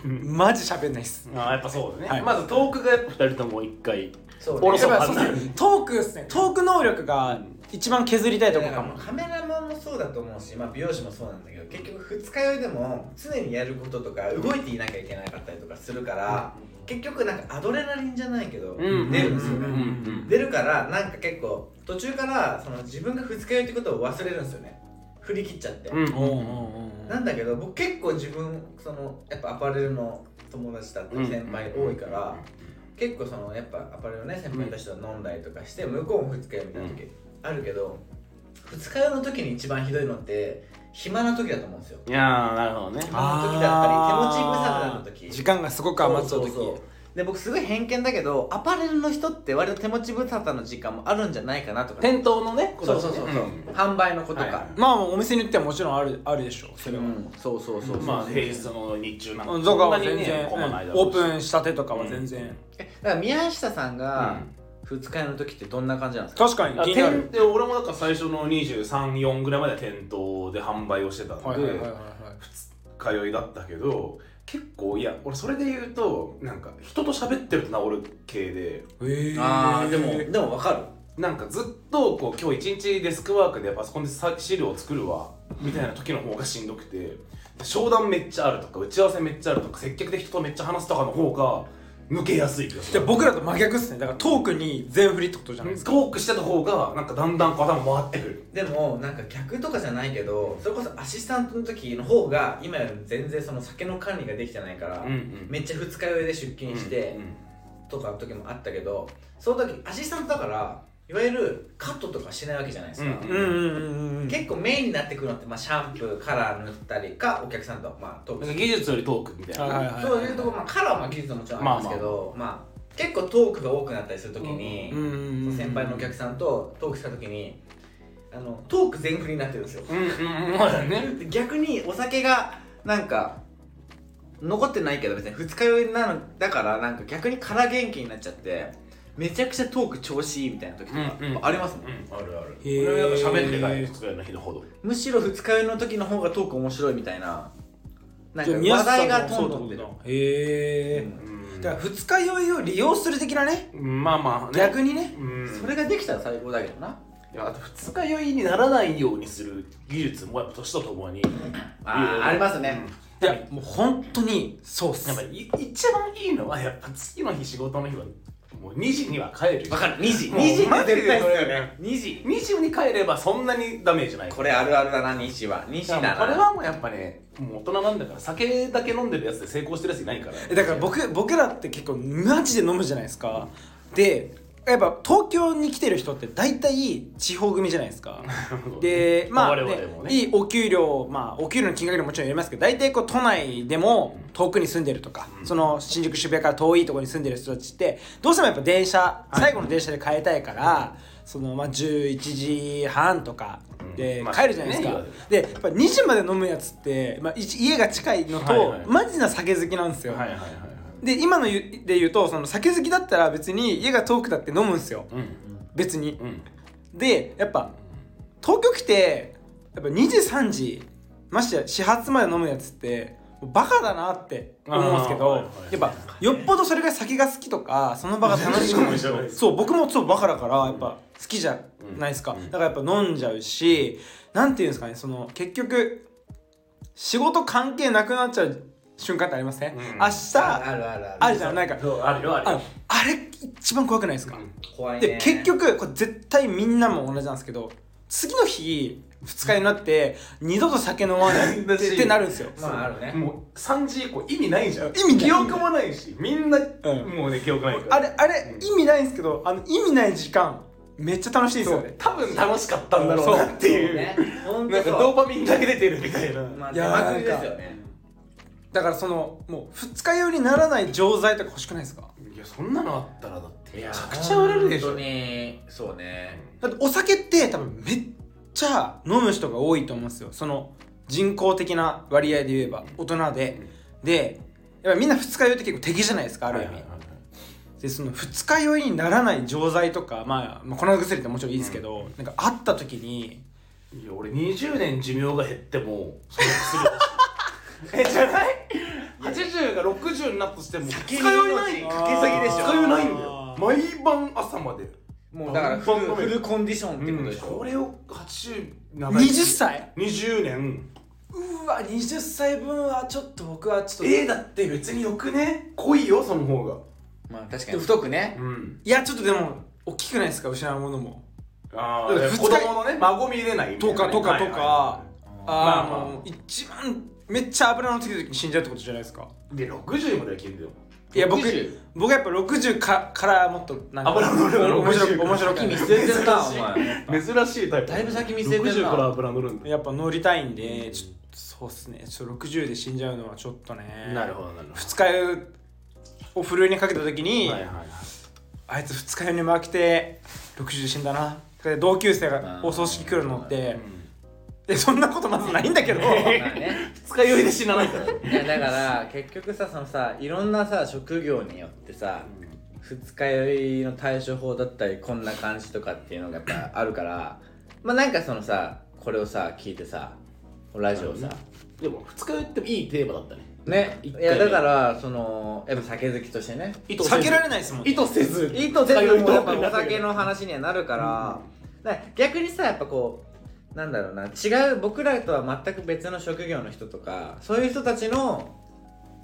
[SPEAKER 2] マジ喋んないっす、
[SPEAKER 3] あーやっぱそうだね、
[SPEAKER 2] はい
[SPEAKER 3] まずトークがやっぱ2人とも1回
[SPEAKER 1] そう
[SPEAKER 3] おろ
[SPEAKER 1] ね
[SPEAKER 3] そ
[SPEAKER 2] やっぱ
[SPEAKER 3] か
[SPEAKER 2] そうっ
[SPEAKER 3] にな
[SPEAKER 2] す
[SPEAKER 3] る
[SPEAKER 2] ねトークっすねトーク能力が一番削りたいとこかも
[SPEAKER 1] カメラマンもそうだと思うし、まあ、美容師もそうなんだけど結局二日酔いでも常にやることとか動いていなきゃいけなかったりとかするから、結局なんかアドレナリンじゃないけど、
[SPEAKER 3] うん
[SPEAKER 1] 出るんですよね、
[SPEAKER 2] うん
[SPEAKER 3] うん
[SPEAKER 1] 出るからなんか結構途中からその自分が二日酔いってことを忘れるんですよね振り切っちゃって、
[SPEAKER 3] うん
[SPEAKER 2] おうおうおうお
[SPEAKER 1] なんだけど僕結構自分そのやっぱアパレルの友達だったり先輩多いから、結構そのやっぱアパレルのね先輩たちと飲んだりとかして向こうも二日酔いみたいな時あるけど二日酔いの時に一番ひどいのって暇な時だと思うんですよ
[SPEAKER 3] いやーなるほどね
[SPEAKER 1] あの時だったり手持ち無沙汰の時
[SPEAKER 2] 時間がすごく余っちゃう
[SPEAKER 1] そう
[SPEAKER 2] 時
[SPEAKER 1] そうそうで僕すごい偏見だけどアパレルの人って割と手持ち無沙汰の時間もあるんじゃないかなとか
[SPEAKER 3] 店頭のね
[SPEAKER 1] そうそうそうそう、
[SPEAKER 3] ん
[SPEAKER 1] 販売の子とか、
[SPEAKER 3] はいはい
[SPEAKER 2] まあお店に行ってはもちろんあるあるでしょうそれは、
[SPEAKER 1] うんそうそうそうそう、
[SPEAKER 3] まあ平日の日中なんか
[SPEAKER 2] うんだから
[SPEAKER 3] そんな
[SPEAKER 2] 全
[SPEAKER 3] にね
[SPEAKER 2] 然、
[SPEAKER 3] 混まないだ
[SPEAKER 2] オ
[SPEAKER 3] ろ
[SPEAKER 2] ー
[SPEAKER 3] うし
[SPEAKER 2] プンしたてとかは全然、
[SPEAKER 1] えだから宮下さんが
[SPEAKER 3] うん
[SPEAKER 1] 二日酔いの時ってどんな感じなんですか、
[SPEAKER 2] 確かに
[SPEAKER 3] あ
[SPEAKER 2] 気になる
[SPEAKER 3] 店で俺もだから最初の234ぐらいまでは店頭で販売をしてたんで、
[SPEAKER 2] はいはいはいはい
[SPEAKER 3] 通いだったけど結構いや俺それで言うとなんか人と喋ってると治る系で
[SPEAKER 2] え
[SPEAKER 1] ああでもでも分かる
[SPEAKER 3] なんかずっとこう今日一日デスクワークでパソコンでさ資料を作るわみたいな時の方がしんどくて商談めっちゃあるとか打ち合わせめっちゃあるとか接客で人とめっちゃ話すとかの方が抜けやすい気がす
[SPEAKER 2] じゃ
[SPEAKER 3] る
[SPEAKER 2] あ僕らと真逆っすねだからトークに全振りってことじゃないですか、
[SPEAKER 3] トークしてた方がなんかだんだんこう頭回ってくる
[SPEAKER 1] でもなんか逆とかじゃないけどそれこそアシスタントの時の方が今より全然その酒の管理ができてないから、めっちゃ二日酔いで出勤してとかの時もあったけど、その時アシスタントだからいわゆるカットとかしないわけじゃないですか、
[SPEAKER 3] うん
[SPEAKER 2] うんうんうんうん
[SPEAKER 1] 結構メインになってくるのって、まあ、シャンプーカラー塗ったりかお客さんとまあトーク
[SPEAKER 3] なんか技術よりトークみたいな、
[SPEAKER 2] はいはいはい
[SPEAKER 1] そういうとこ、まあ、カラーは技術ももちろんあるんですけど、まあ結構トークが多くなったりするときに、
[SPEAKER 2] うんうんうん
[SPEAKER 1] 先輩のお客さんとトークしたときにあのトーク全振りになってるんですよ
[SPEAKER 3] うんうんうんまだね
[SPEAKER 1] で逆にお酒がなんか残ってないけど別に二日酔いなのだからなんか逆に空元気になっちゃってめちゃくちゃトーク調子いいみたいな時とか
[SPEAKER 3] うんうん
[SPEAKER 1] ありますもん、
[SPEAKER 3] うん、あるある
[SPEAKER 2] へー
[SPEAKER 3] 俺はなんか喋ってない作らの日のほど
[SPEAKER 1] むしろ二日酔いの時の方がトーク面白いみたいななん
[SPEAKER 2] じゃあ
[SPEAKER 1] か
[SPEAKER 2] 宮
[SPEAKER 1] 話
[SPEAKER 2] 下さ
[SPEAKER 1] 題
[SPEAKER 2] ん
[SPEAKER 1] が
[SPEAKER 2] が
[SPEAKER 1] ト
[SPEAKER 2] そ
[SPEAKER 1] ン
[SPEAKER 2] う
[SPEAKER 1] ト
[SPEAKER 2] と
[SPEAKER 1] ン
[SPEAKER 2] 思
[SPEAKER 1] 出
[SPEAKER 2] う
[SPEAKER 1] る
[SPEAKER 2] なへえ、
[SPEAKER 1] うん
[SPEAKER 3] うん
[SPEAKER 2] だから二日酔いを利用する的なね
[SPEAKER 3] まあまあね
[SPEAKER 2] 逆にね
[SPEAKER 3] うん
[SPEAKER 1] それができたら最高だけどな。
[SPEAKER 3] いやあと二日酔いにならないようにする技術もやっぱ年とともにいろい
[SPEAKER 1] あ
[SPEAKER 3] ろ
[SPEAKER 1] ーありますね。
[SPEAKER 2] いやもう本当にそうっ
[SPEAKER 3] やっぱ
[SPEAKER 2] す
[SPEAKER 3] りい一番いいのはやっぱ次の日仕事の日はもう2時には帰る
[SPEAKER 1] わかる。2時。
[SPEAKER 3] もう
[SPEAKER 1] 2時
[SPEAKER 3] マ
[SPEAKER 1] って
[SPEAKER 3] ジ
[SPEAKER 1] 絶
[SPEAKER 3] で
[SPEAKER 1] 対
[SPEAKER 3] そ
[SPEAKER 1] す
[SPEAKER 3] れ
[SPEAKER 1] るよね。2時。
[SPEAKER 3] 2時に帰ればそんなにダメージない
[SPEAKER 1] これあるあるだな、2時は。2時
[SPEAKER 3] だ
[SPEAKER 1] だ
[SPEAKER 3] か
[SPEAKER 1] な。
[SPEAKER 3] らこれはもうやっぱねもう大人なんだから酒だけ飲んでるやつで成功してるやついないから
[SPEAKER 2] えだから僕僕らって結構マジで飲むじゃないですかでやっぱ東京に来てる人って大体地方組じゃないですかでまあ、
[SPEAKER 3] 我々もね
[SPEAKER 2] ねいいお給料まあお給料の金額にももちろんよりますけど大体こう都内でも遠くに住んでるとか、その新宿渋谷から遠いところに住んでる人たちってどうしてもやっぱ電車最後の電車で帰りたいから、そのまあ11時半とかで
[SPEAKER 3] うんまあ
[SPEAKER 2] 帰るじゃないですか、
[SPEAKER 3] ね
[SPEAKER 2] でやっぱ2時まで飲むやつって、まあ、いち家が近いのと、
[SPEAKER 3] はいはい
[SPEAKER 2] マジな酒好きなんですよ、
[SPEAKER 3] はいはいはいはい
[SPEAKER 2] で今の言うで言うとその酒好きだったら別に家が遠くだって飲むんですよ
[SPEAKER 3] うん
[SPEAKER 2] 別に
[SPEAKER 3] うん
[SPEAKER 2] でやっぱ東京来てやっぱ2時3時ましてや始発まで飲むやつってもうバカだなって思うんですけ
[SPEAKER 3] あーはい
[SPEAKER 2] ど
[SPEAKER 3] はい
[SPEAKER 2] やっぱよっぽどそれが酒が好きとかその場が楽し
[SPEAKER 3] もじゃない
[SPEAKER 2] く
[SPEAKER 3] です
[SPEAKER 2] そう僕もそうバカだからやっぱ好きじゃないですか
[SPEAKER 3] うん
[SPEAKER 2] だからやっぱ飲んじゃうしなんていうんですかねその結局仕事関係なくなっちゃう瞬間ってありません、
[SPEAKER 3] うん
[SPEAKER 2] 明
[SPEAKER 4] あ
[SPEAKER 2] 日
[SPEAKER 4] あるあるある
[SPEAKER 2] あるじゃんなんか
[SPEAKER 3] そうあるよある
[SPEAKER 2] あ
[SPEAKER 3] よ
[SPEAKER 2] あれ一番怖くないですか、
[SPEAKER 4] 怖いね
[SPEAKER 2] で結局これ絶対みんなも同じなんですけど次の日2日になって二度と酒飲まない って
[SPEAKER 3] だし
[SPEAKER 2] ってなるんですよ、
[SPEAKER 4] まああるね
[SPEAKER 3] もう3時以降意味ないじゃん
[SPEAKER 2] 意味ない
[SPEAKER 3] 記憶もないしみんな、
[SPEAKER 2] ん
[SPEAKER 3] もうね記憶ないから
[SPEAKER 2] あれあれ
[SPEAKER 3] うん
[SPEAKER 2] 意味ないんですけどあの意味ない時間めっちゃ楽しいですよね
[SPEAKER 3] 多分楽しかったんだろうなっていう
[SPEAKER 4] ねほん
[SPEAKER 3] な
[SPEAKER 4] と
[SPEAKER 3] ん
[SPEAKER 4] そう
[SPEAKER 3] かドーパミンだけ出てるみたいな、
[SPEAKER 4] まあ
[SPEAKER 2] い
[SPEAKER 4] 手
[SPEAKER 2] や
[SPEAKER 4] 間取りですよね
[SPEAKER 2] だからそのもう二日酔いにならない錠剤とか欲しくないですか
[SPEAKER 3] いやそんなのあったらだってめち
[SPEAKER 4] いや
[SPEAKER 3] ゃくちゃ売れるでしょ
[SPEAKER 1] 本当に、そうね。
[SPEAKER 2] だってお酒って多分めっちゃ飲む人が多いと思うんですよその人口的な割合で言えば大人ででやっぱみんな二日酔いって結構敵じゃないですかある意味、でその二日酔いにならない錠剤とか、まあ、まあ粉薬ってもちろんいいですけど、なんかあった時に
[SPEAKER 3] いや俺20年寿命が減ってもその 薬えじゃない80が60になったとしても
[SPEAKER 1] 先
[SPEAKER 3] 二
[SPEAKER 1] に
[SPEAKER 3] 日酔いない
[SPEAKER 1] 命かけすぎでしょ
[SPEAKER 3] 二日酔いないんだよ毎晩朝まで
[SPEAKER 1] もうだからフルフルコンディションってことでし
[SPEAKER 3] こ
[SPEAKER 1] ょ。
[SPEAKER 3] れを80長い
[SPEAKER 2] 20歳
[SPEAKER 3] 20年
[SPEAKER 2] うわ20歳分はちょっと僕はちょっと
[SPEAKER 3] えー、だって別によくね濃いよその方が
[SPEAKER 1] まあ確かに太くね。
[SPEAKER 3] うん
[SPEAKER 2] いやちょっとでも大きくないですか失うものも
[SPEAKER 3] あ
[SPEAKER 2] だから二
[SPEAKER 3] あ
[SPEAKER 2] 日
[SPEAKER 3] 子供のね孫見れないみた
[SPEAKER 2] と
[SPEAKER 3] いな
[SPEAKER 2] か
[SPEAKER 3] ね
[SPEAKER 2] とか
[SPEAKER 3] はい
[SPEAKER 2] と
[SPEAKER 3] はい
[SPEAKER 2] かあー、
[SPEAKER 3] まあまあ
[SPEAKER 2] もう一番めっちゃ油のつきた時に死んじゃうってことじゃないですか
[SPEAKER 3] で60までは切るんだよ
[SPEAKER 2] いや僕
[SPEAKER 1] 60
[SPEAKER 2] 僕はやっぱ60かからもっとなんか
[SPEAKER 3] 油の量
[SPEAKER 2] 面白く
[SPEAKER 3] 60
[SPEAKER 2] 面白
[SPEAKER 1] 先見
[SPEAKER 2] く
[SPEAKER 1] 据えてるな、お前。
[SPEAKER 3] 珍しいタイプ
[SPEAKER 1] だいぶ先見据えてるな
[SPEAKER 3] 60から油乗るんだよ
[SPEAKER 2] やっぱ乗りたいんでちょっとそうっすねちょっと60で死んじゃうのはちょっとね
[SPEAKER 3] なるほどなるほ
[SPEAKER 2] 二日酔いをふるいにかけた時に、
[SPEAKER 3] どはいはいはい
[SPEAKER 2] あいつ二日酔いに負けて60死んだなで同級生が
[SPEAKER 1] あー
[SPEAKER 2] お葬式来るのって
[SPEAKER 3] うん
[SPEAKER 2] でそんなことまずないんだけ ど
[SPEAKER 1] まあね。
[SPEAKER 3] 二日酔いで死なないから
[SPEAKER 1] いやだから結局さそのさいろんなさ職業によってさ二日酔いの対処法だったりこんな感じとかっていうのがやっぱあるからまあなんかそのさこれをさ聞いてさラジオさ
[SPEAKER 3] でも二日酔いっていいテーマだったね
[SPEAKER 1] ねい
[SPEAKER 3] 一回ね
[SPEAKER 1] やだからそのやっぱ酒好きとしてね
[SPEAKER 2] 避けられないですもんね
[SPEAKER 3] 意図せず
[SPEAKER 1] いいと全部もやっぱお酒
[SPEAKER 3] の
[SPEAKER 1] の話にはなるからだから逆にさやっぱこうなんだろうな違う僕らとは全く別の職業の人とかそういう人たちの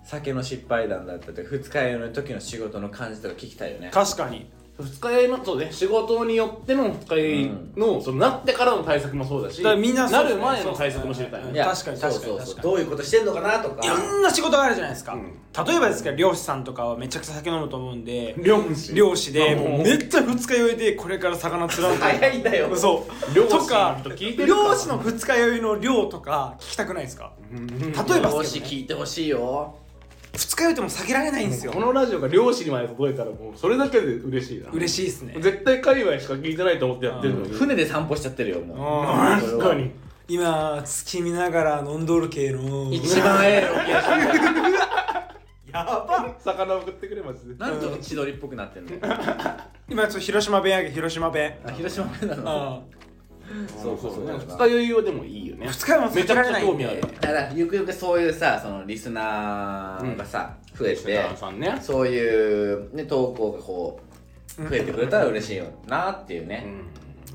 [SPEAKER 1] 酒の失敗談だったり二日酔いの時の仕事の感じとか聞きたいよね
[SPEAKER 2] 確かに
[SPEAKER 3] 二日酔いのそうね仕事によっての二日酔いのそのなってからの対策もそうだし
[SPEAKER 2] だからみんなそ
[SPEAKER 3] な
[SPEAKER 2] うです
[SPEAKER 3] る
[SPEAKER 2] ね
[SPEAKER 3] 前の対策も知りたい
[SPEAKER 2] そう
[SPEAKER 3] ね
[SPEAKER 1] いや
[SPEAKER 2] 確かに確かに
[SPEAKER 1] そうそう
[SPEAKER 2] 確
[SPEAKER 1] そ
[SPEAKER 2] か
[SPEAKER 1] う
[SPEAKER 2] に
[SPEAKER 1] どういうことしてんのかなとか
[SPEAKER 2] いろんな仕事があるじゃないですか、
[SPEAKER 3] うん
[SPEAKER 2] 例えばですけど漁師さんとかはめちゃくちゃ酒飲むと思うんで
[SPEAKER 3] 漁師
[SPEAKER 2] 漁師で
[SPEAKER 3] あもう
[SPEAKER 2] もうめっちゃ二日酔いでこれから魚釣ら んと
[SPEAKER 1] 早いんだよ
[SPEAKER 2] そう
[SPEAKER 3] 漁師の
[SPEAKER 2] と
[SPEAKER 3] 人
[SPEAKER 2] か
[SPEAKER 3] 聞いてるかな
[SPEAKER 2] 漁師の二日酔いの量とか聞きたくないですか
[SPEAKER 3] うん
[SPEAKER 2] 例えば
[SPEAKER 1] も
[SPEAKER 2] です
[SPEAKER 1] し
[SPEAKER 2] けどね
[SPEAKER 1] 聞いてほしいよ
[SPEAKER 2] 二日酔いってもう避けられないんですよ
[SPEAKER 3] このラジオが漁師にまで届いたらもうそれだけで嬉しいな
[SPEAKER 2] 嬉しいですね
[SPEAKER 3] 絶対界隈しか聞いてないと思ってやってるのに
[SPEAKER 1] 船で散歩しちゃってるよも
[SPEAKER 2] あ
[SPEAKER 3] 確かに
[SPEAKER 2] 今月見ながら飲んどる系の
[SPEAKER 1] う一番ええロケーション
[SPEAKER 2] やば
[SPEAKER 3] 魚送ってくれマジで
[SPEAKER 1] なんと千鳥っぽくなってんの
[SPEAKER 2] 今ちょっと広島弁やけど広島弁
[SPEAKER 1] あ広島弁なの
[SPEAKER 2] あ
[SPEAKER 3] そうそうそ
[SPEAKER 1] そう
[SPEAKER 3] う
[SPEAKER 1] そう
[SPEAKER 3] 二日酔いはでもいいよね
[SPEAKER 2] 二日目も避
[SPEAKER 3] めち
[SPEAKER 2] け
[SPEAKER 3] ゃ
[SPEAKER 2] ら
[SPEAKER 3] く
[SPEAKER 2] れ
[SPEAKER 3] ち
[SPEAKER 2] な
[SPEAKER 3] ゃ
[SPEAKER 2] い
[SPEAKER 3] 興
[SPEAKER 2] ん
[SPEAKER 3] 味ある
[SPEAKER 2] で
[SPEAKER 1] だからゆくゆくそういうさそのリスナーがさ、増えて
[SPEAKER 3] さんね
[SPEAKER 1] そういう、ね、投稿がこう増えてくれたら嬉しいよなっていう
[SPEAKER 3] う
[SPEAKER 1] ね、
[SPEAKER 3] ん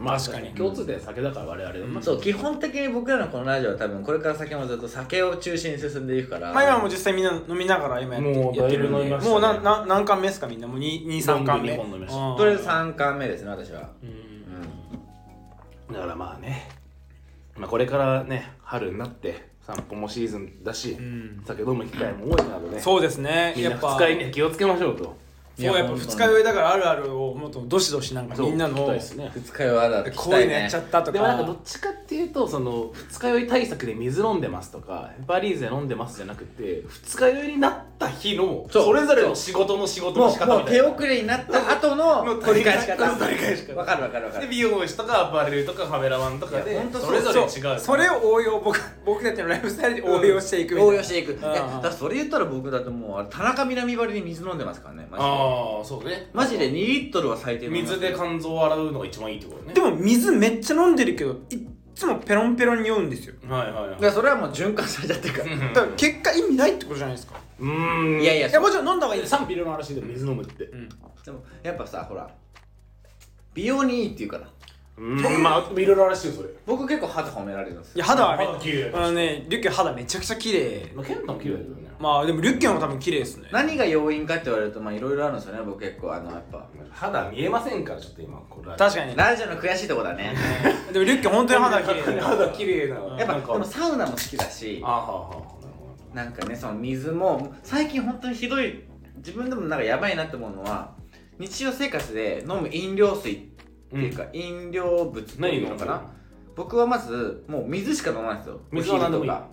[SPEAKER 3] まあ
[SPEAKER 2] 確かに
[SPEAKER 3] 共通点酒だから我々まあ
[SPEAKER 1] そう基本的に僕らのこのラジオは多分これから先もずっと酒を中心に進んでいくから
[SPEAKER 2] まあ今も実際みんな飲みながら今やって
[SPEAKER 3] もう
[SPEAKER 2] やってるん
[SPEAKER 3] だいぶ飲み
[SPEAKER 2] で
[SPEAKER 3] ましたね
[SPEAKER 2] もうなな何巻目ですかみんなもう23巻目
[SPEAKER 3] 二本飲みました
[SPEAKER 2] うん
[SPEAKER 1] とりあえず3巻目ですね私は、
[SPEAKER 3] うん
[SPEAKER 1] うん、
[SPEAKER 3] だからまあね、まあ、これからね春になって散歩もシーズンだし、
[SPEAKER 2] ん
[SPEAKER 3] 酒飲む機会も多いのでね
[SPEAKER 2] そうですね
[SPEAKER 3] みん
[SPEAKER 2] や
[SPEAKER 3] な
[SPEAKER 2] っぱ
[SPEAKER 3] 二日酔いには気をつけましょうと
[SPEAKER 1] い
[SPEAKER 2] そう
[SPEAKER 1] や
[SPEAKER 2] やっぱ
[SPEAKER 1] 本当に
[SPEAKER 2] 二日酔いだからあるあるをもっとどしどしなんかみんなの
[SPEAKER 3] そう
[SPEAKER 2] こ
[SPEAKER 3] 聞きた
[SPEAKER 2] う
[SPEAKER 3] い
[SPEAKER 2] い
[SPEAKER 3] ですね
[SPEAKER 1] 二日酔いはだって聞きた
[SPEAKER 2] う
[SPEAKER 1] い
[SPEAKER 2] のや
[SPEAKER 1] ね
[SPEAKER 2] っちゃったと
[SPEAKER 3] でもなんかど
[SPEAKER 2] か
[SPEAKER 3] っちかっていうとその二日酔い対策で水飲んでますとかヘパリーゼ飲んでますじゃなくて二日酔いになった日の
[SPEAKER 1] そう
[SPEAKER 3] それぞれの仕事の仕事の
[SPEAKER 1] も
[SPEAKER 3] 仕
[SPEAKER 1] う
[SPEAKER 3] 方
[SPEAKER 1] も
[SPEAKER 3] み
[SPEAKER 1] う
[SPEAKER 3] たい
[SPEAKER 1] 手
[SPEAKER 3] な
[SPEAKER 1] 遅れになった後
[SPEAKER 3] も
[SPEAKER 1] の
[SPEAKER 3] う
[SPEAKER 1] 取り返し方
[SPEAKER 3] 取り返し方
[SPEAKER 1] わかるわかるわか
[SPEAKER 3] で
[SPEAKER 1] る
[SPEAKER 3] 美容師とかアパレルとかカメラマンとか
[SPEAKER 1] い
[SPEAKER 3] で
[SPEAKER 1] やほんと
[SPEAKER 3] そ
[SPEAKER 1] そう
[SPEAKER 3] れぞれ違う
[SPEAKER 2] そうそれを応用僕僕たちのライフスタイルに応用していくみたいな
[SPEAKER 1] 応用していくえ
[SPEAKER 2] ん
[SPEAKER 1] だからそれ言ったら僕だともうあれ田中みな実ばりに水飲んでますからねマジで
[SPEAKER 3] ああそうね
[SPEAKER 1] マジで2リットルは最低飲みます
[SPEAKER 3] 水で肝臓を洗うのが一番いいってことね
[SPEAKER 2] でも水めっちゃ飲んでるけどいっつもペロンペロンに酔うんですよ
[SPEAKER 3] はいはいは
[SPEAKER 1] だからそれはもう循環されちゃってるから
[SPEAKER 3] い
[SPEAKER 2] だから結果意味ないってことじゃないですか
[SPEAKER 3] うーん
[SPEAKER 1] いやい
[SPEAKER 2] い
[SPEAKER 1] や
[SPEAKER 2] やもちろん飲んだ方がいいです
[SPEAKER 3] 賛否両論あるらしいでも水飲むって
[SPEAKER 2] うん
[SPEAKER 1] でもやっぱさほら美容にいいっていうから
[SPEAKER 3] うんまあいろいろあるらしいよそれ
[SPEAKER 1] 僕結構肌褒められるんです
[SPEAKER 2] い
[SPEAKER 1] よ
[SPEAKER 2] や肌はめ
[SPEAKER 3] 肌綺麗
[SPEAKER 2] あのねリュッケ肌めちゃくちゃ綺麗
[SPEAKER 3] まあケンタも綺麗だけどね
[SPEAKER 2] まあでもリュッケも多分綺麗ですね
[SPEAKER 1] 何が要因かって言われるとまあいろいろあるんですよね僕結構あのやっぱ
[SPEAKER 3] 肌見えませんからちょっと今これ
[SPEAKER 2] 確かに
[SPEAKER 1] ラジオの悔しいとこだね
[SPEAKER 2] でもリュッケ本当に 肌綺麗
[SPEAKER 3] 肌綺麗な
[SPEAKER 1] やっぱ
[SPEAKER 3] なん
[SPEAKER 1] で
[SPEAKER 3] か
[SPEAKER 1] もサウナも好きだし
[SPEAKER 3] あはははなるほど
[SPEAKER 1] なんかねその水も最近本当にひどい自分でもなんかやばいなって思うのは日常生活で飲む飲料水っていうか、飲料物って
[SPEAKER 3] 何
[SPEAKER 1] い
[SPEAKER 3] 飲
[SPEAKER 1] う
[SPEAKER 3] む
[SPEAKER 1] のかな僕はまずもう水しか飲まないんですよ
[SPEAKER 3] 水
[SPEAKER 1] お
[SPEAKER 3] は
[SPEAKER 1] 昼
[SPEAKER 3] 何でもいい
[SPEAKER 1] とか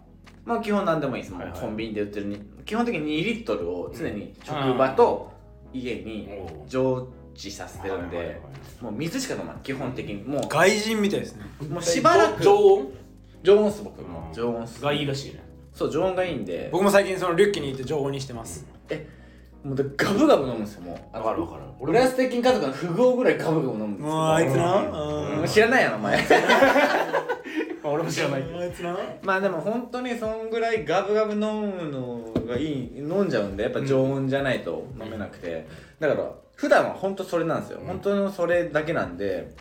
[SPEAKER 1] まあ基本何でもいいですもう
[SPEAKER 3] はいはい
[SPEAKER 1] コンビニで売ってるに基本的に2リットルを常に職場と家に常時させてるん
[SPEAKER 3] はいはいは
[SPEAKER 1] で
[SPEAKER 3] い
[SPEAKER 1] もう水しか飲まない基本的にもう
[SPEAKER 2] 外人みたいですね
[SPEAKER 1] もうしばらく
[SPEAKER 3] 常温
[SPEAKER 1] 常温っす僕も
[SPEAKER 3] うん
[SPEAKER 1] 常温っす
[SPEAKER 3] がいいらしいね
[SPEAKER 1] そう常温がいいんで
[SPEAKER 2] 僕も最近そのリュッケに行って情報にしてます
[SPEAKER 1] もうだガブガブ飲むんですよもう
[SPEAKER 3] わかるわかる
[SPEAKER 1] 俺ラス鉄筋家族の富豪ぐらいガブガブ飲むんです
[SPEAKER 2] も
[SPEAKER 1] よ
[SPEAKER 2] うあいつな
[SPEAKER 1] も
[SPEAKER 2] う
[SPEAKER 1] うん知らないやろお前
[SPEAKER 3] 俺も知らないけど
[SPEAKER 2] あいつな
[SPEAKER 1] まあでも本当にそんぐらいガブガブ飲むのがいい飲んじゃうんでやっぱ常温じゃないと飲めなくて、だから普段は本当それなんですよ、
[SPEAKER 3] うん
[SPEAKER 1] 本当にそれだけなんで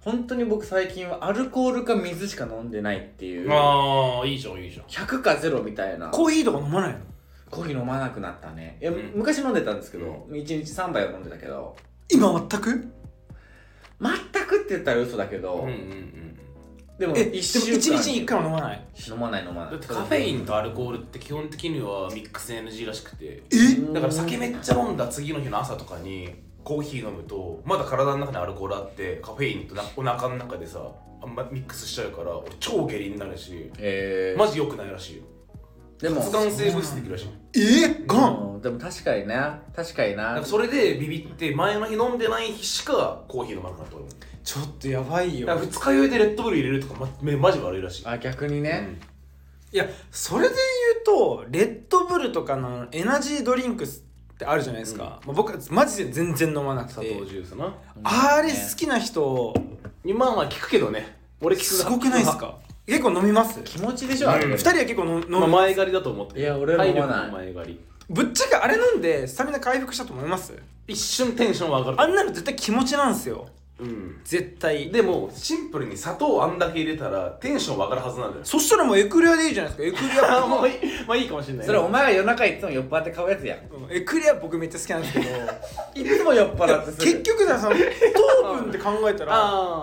[SPEAKER 1] 本当に僕最近はアルコールか水しか飲んでないっていう
[SPEAKER 3] ああいいじゃんいいじゃん
[SPEAKER 1] 100か0みたいな
[SPEAKER 2] コーヒーとか飲まないの
[SPEAKER 1] コーヒー飲まなくなったねいや、
[SPEAKER 3] うん
[SPEAKER 1] 昔飲んでたんですけど、1日3杯は飲んでたけど
[SPEAKER 2] 今全く
[SPEAKER 1] 全くって言ったら嘘だけど、
[SPEAKER 3] うんうんうん
[SPEAKER 1] でも
[SPEAKER 2] えでも
[SPEAKER 1] 1
[SPEAKER 2] 一
[SPEAKER 1] 週
[SPEAKER 2] 日
[SPEAKER 1] 間
[SPEAKER 2] に一回も飲まない
[SPEAKER 1] 飲まない飲まない
[SPEAKER 3] だってカフェインとアルコールって基本的にはミックス NG らしくて
[SPEAKER 2] え
[SPEAKER 3] だから酒めっちゃ飲んだ次の日の朝とかにコーヒー飲むとまだ体の中にアルコールあってカフェインとなお腹の中でさあんまミックスしちゃうから俺超下痢になるし
[SPEAKER 1] えー、
[SPEAKER 3] マジ良くないらしいよ
[SPEAKER 1] でも
[SPEAKER 3] 発がん性物質できるらしい
[SPEAKER 2] えガン
[SPEAKER 1] うんでも確かにね確かに
[SPEAKER 3] なん
[SPEAKER 1] な
[SPEAKER 3] かそれでビビって前の日飲んでない日しかコーヒー飲まなくなった俺も
[SPEAKER 2] ちょっとやばいよ
[SPEAKER 3] だから二日酔いでレッドブル入れるとか、ま、めマジ悪いらしい
[SPEAKER 1] あ逆にね、
[SPEAKER 2] いやそれで言うとレッドブルとかのエナジードリンクスってあるじゃないですか、まあ、僕はマジで全然飲まなく
[SPEAKER 3] 砂
[SPEAKER 2] て
[SPEAKER 3] 糖ジュースな
[SPEAKER 2] あれ好きな人
[SPEAKER 3] 今は効くけどね俺効く
[SPEAKER 2] すごくないですか結構飲みます
[SPEAKER 1] 気持ちでしょあれ、
[SPEAKER 3] うん
[SPEAKER 2] 二人は結構飲む、
[SPEAKER 3] まあ前借りだと思ってる
[SPEAKER 1] いや俺は飲まない
[SPEAKER 3] 体力の前借り
[SPEAKER 2] ぶっちゃけあれ飲んでスタミナ回復したと思います
[SPEAKER 3] 一瞬テンション上がる
[SPEAKER 2] あんなの絶対気持ちなんですよ
[SPEAKER 3] うん
[SPEAKER 2] 絶対
[SPEAKER 3] でもシンプルに砂糖あんだけ入れたらテンション上がるはずなんだよ
[SPEAKER 2] そしたらもうエクレアでいいじゃないですかエクレア
[SPEAKER 3] も ういいまあいいかもしれない
[SPEAKER 1] それお前が夜中いつも酔っ払って買うやつやん
[SPEAKER 2] うんエクレア僕めっちゃ好きなんですけど
[SPEAKER 1] いつも酔っ払 ってす
[SPEAKER 2] 結
[SPEAKER 1] る
[SPEAKER 2] 局だその糖分って考えたら
[SPEAKER 3] あ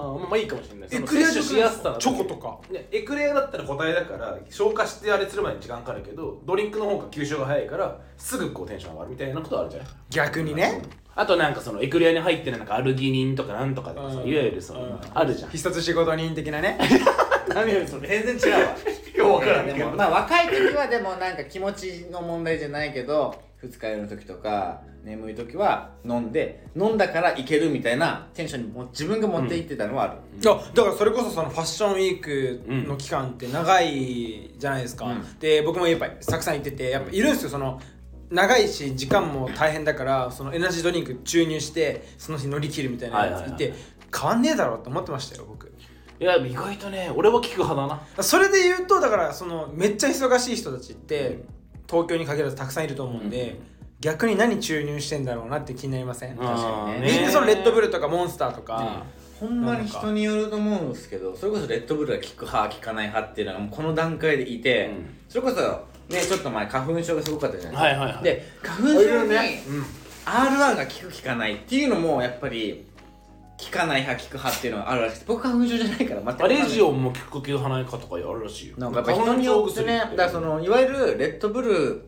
[SPEAKER 3] あまあいいかもしれない
[SPEAKER 2] エクレア
[SPEAKER 3] その摂取しやすさだ
[SPEAKER 2] チョコとか
[SPEAKER 3] ねエクレアだったら答えだから消化してあれするまでに時間かかるけどドリンクの方が吸収が早いからすぐこうテンション上がるみたいなことはあるじゃない
[SPEAKER 2] 逆にね
[SPEAKER 3] あとなんかそのエクレアに入ってるなんかアルギニンとかなんとかとかさい
[SPEAKER 2] うん
[SPEAKER 3] わゆるその
[SPEAKER 2] うん
[SPEAKER 3] あるじゃん
[SPEAKER 2] 必殺仕事人的なね
[SPEAKER 3] 何よそれ
[SPEAKER 1] 全然違うわ
[SPEAKER 3] よくわからん
[SPEAKER 1] で
[SPEAKER 3] けど
[SPEAKER 1] もまあ若い時はでもなんか気持ちの問題じゃないけど二日酔いの時とか眠い時は飲んで飲んだからいけるみたいなテンションにも自分が持っていってたのはある、
[SPEAKER 2] いやだからそれこそそのファッションウィークの期間って長いじゃないですか、
[SPEAKER 1] うん
[SPEAKER 2] で僕もやっぱりたくさん行っててやっぱいるんですよその長いし時間も大変だからそのエナジードリンク注入してその日乗り切るみたいなやついて、
[SPEAKER 3] はいはい
[SPEAKER 2] 変わんねえだろうと思ってましたよ僕
[SPEAKER 3] いや意外とね俺は聞く派だな
[SPEAKER 2] それで言うとだからそのめっちゃ忙しい人たちって、
[SPEAKER 3] うん
[SPEAKER 2] 東京に限らずたくさんいると思うんで、逆に何注入してんだろうなって気になりません、
[SPEAKER 1] 確かにね
[SPEAKER 2] みんなそのレッドブ
[SPEAKER 3] ル
[SPEAKER 2] ルとかモンスターとか、
[SPEAKER 1] ほんまに人によると思うんですけどそれこそレッドブルが効く派効かない派っていうのがもうこの段階でいて、
[SPEAKER 3] うん
[SPEAKER 1] それこそねちょっと前花粉症がすごかったじゃない
[SPEAKER 3] はいはいはい
[SPEAKER 1] ですか、で花粉症に R1 が効く効かないっていうのもやっぱり効かない派効く派っていうのがあるらしくて僕花粉症じゃないから全く
[SPEAKER 3] アレジオンも聞く気の花かとかやるらしいよ
[SPEAKER 1] なんかやっぱ人によってねだからそのいわゆるレッドブル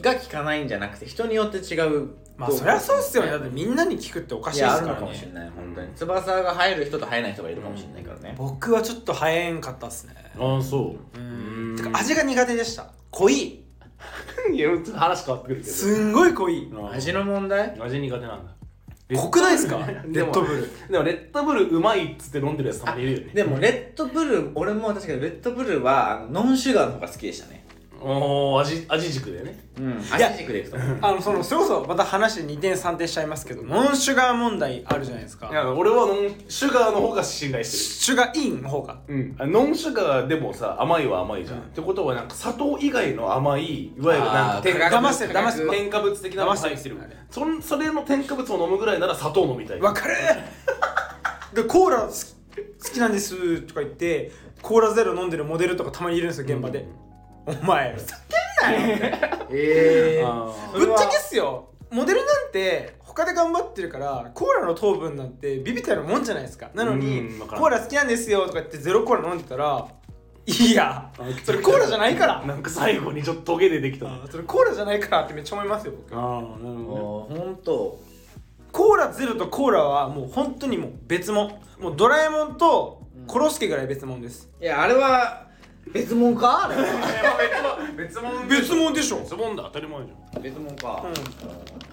[SPEAKER 1] が効かないんじゃなくて人によって違う
[SPEAKER 2] まあそりゃそうっすよねだってみんなに聞くっておかし
[SPEAKER 1] い
[SPEAKER 2] いで
[SPEAKER 1] やあ
[SPEAKER 2] す
[SPEAKER 1] る
[SPEAKER 2] か
[SPEAKER 1] の
[SPEAKER 2] ら
[SPEAKER 1] かもしれ
[SPEAKER 2] ね
[SPEAKER 1] ない本当に翼が入る人と入らない人がいるかもしれないからね、
[SPEAKER 2] 僕はちょっと早えんかったっすね
[SPEAKER 3] ああそう
[SPEAKER 2] うん
[SPEAKER 3] う
[SPEAKER 2] てか味が苦手でした濃い
[SPEAKER 3] いや話変わってくるけど
[SPEAKER 2] すんごい濃い
[SPEAKER 1] 味の問題
[SPEAKER 3] 味苦手なんだ
[SPEAKER 2] 濃くないですかレ
[SPEAKER 3] でも
[SPEAKER 2] ッドブル
[SPEAKER 3] でもレッドブルうまいっつって飲んでるやつたまにいるよね
[SPEAKER 1] でもレッドブル俺も確かにレッドブルはあのノンシュガーの方が好きでしたね
[SPEAKER 3] おお味味軸でね
[SPEAKER 1] うん
[SPEAKER 2] や
[SPEAKER 1] 足軸でいくと思う
[SPEAKER 2] あのそのそれこそまた話2点3点しちゃいますけどノンシュガー問題あるじゃないです
[SPEAKER 3] い
[SPEAKER 2] か
[SPEAKER 3] や俺はノンシュガーの方が信頼して
[SPEAKER 2] シュガーインの方が
[SPEAKER 3] るうんあノンシュガーでもさ甘いは甘いじゃん、ってことはなんか砂糖以外の甘いいわゆるなん
[SPEAKER 1] あ
[SPEAKER 3] か
[SPEAKER 1] ー
[SPEAKER 3] 添
[SPEAKER 1] 化
[SPEAKER 3] 加
[SPEAKER 1] 学
[SPEAKER 2] 騙せ騙せ
[SPEAKER 1] 化学
[SPEAKER 3] 添加物的なのが入ってるそんそれの添加物を飲むぐらいなら砂糖飲みたい
[SPEAKER 2] わかる でコーラす好きなんですとか言ってコーラゼロ飲んでるモデルとかたまにいるんですよ現場で、お前ふざけんなよ
[SPEAKER 1] ええ
[SPEAKER 3] あー
[SPEAKER 2] ぶっちゃけっすよモデルなんて他で頑張ってるからコーラの糖分なんてビビったようなもんじゃないですかなのに、
[SPEAKER 3] うんわかる
[SPEAKER 2] コーラ好きなんですよとか言ってゼロコーラ飲んでたらいやそれコーラじゃないから
[SPEAKER 3] なんか最後にちょっとトゲでできた
[SPEAKER 2] あそれコーラじゃないからってめっちゃ思いますよ僕
[SPEAKER 3] あなるほ
[SPEAKER 1] ほんと
[SPEAKER 2] コーラゼロとコーラはもう本当にもう別物もうドラえもんとコロスケぐらい別物です、
[SPEAKER 1] いやあれは別物かあれは
[SPEAKER 3] 別物
[SPEAKER 2] 別物でしょ
[SPEAKER 3] 別物だ当たり前じゃ
[SPEAKER 1] 別物か、
[SPEAKER 3] ん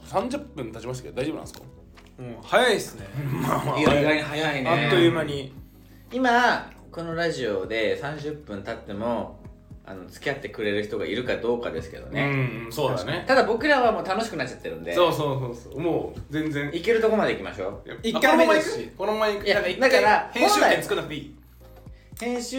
[SPEAKER 3] 30分経ちましたけど大丈夫なんですか
[SPEAKER 2] うん、早いですね、
[SPEAKER 1] いや意外に早いね
[SPEAKER 2] あっという間に
[SPEAKER 1] 今このラジオで30分経ってもあの付き合ってくれる人がいるかどうかですけどね、
[SPEAKER 3] うんそうだね
[SPEAKER 1] ただ僕らはもう楽しくなっちゃってるんで
[SPEAKER 3] そうそうそうそうもう全然
[SPEAKER 1] いけるとこまで行きましょう
[SPEAKER 2] 一回目
[SPEAKER 3] も
[SPEAKER 2] ですし
[SPEAKER 3] この前行く
[SPEAKER 1] いや
[SPEAKER 3] なんか一
[SPEAKER 1] だから
[SPEAKER 3] 回編集
[SPEAKER 1] 本来
[SPEAKER 3] 点作らなくていい
[SPEAKER 1] 編集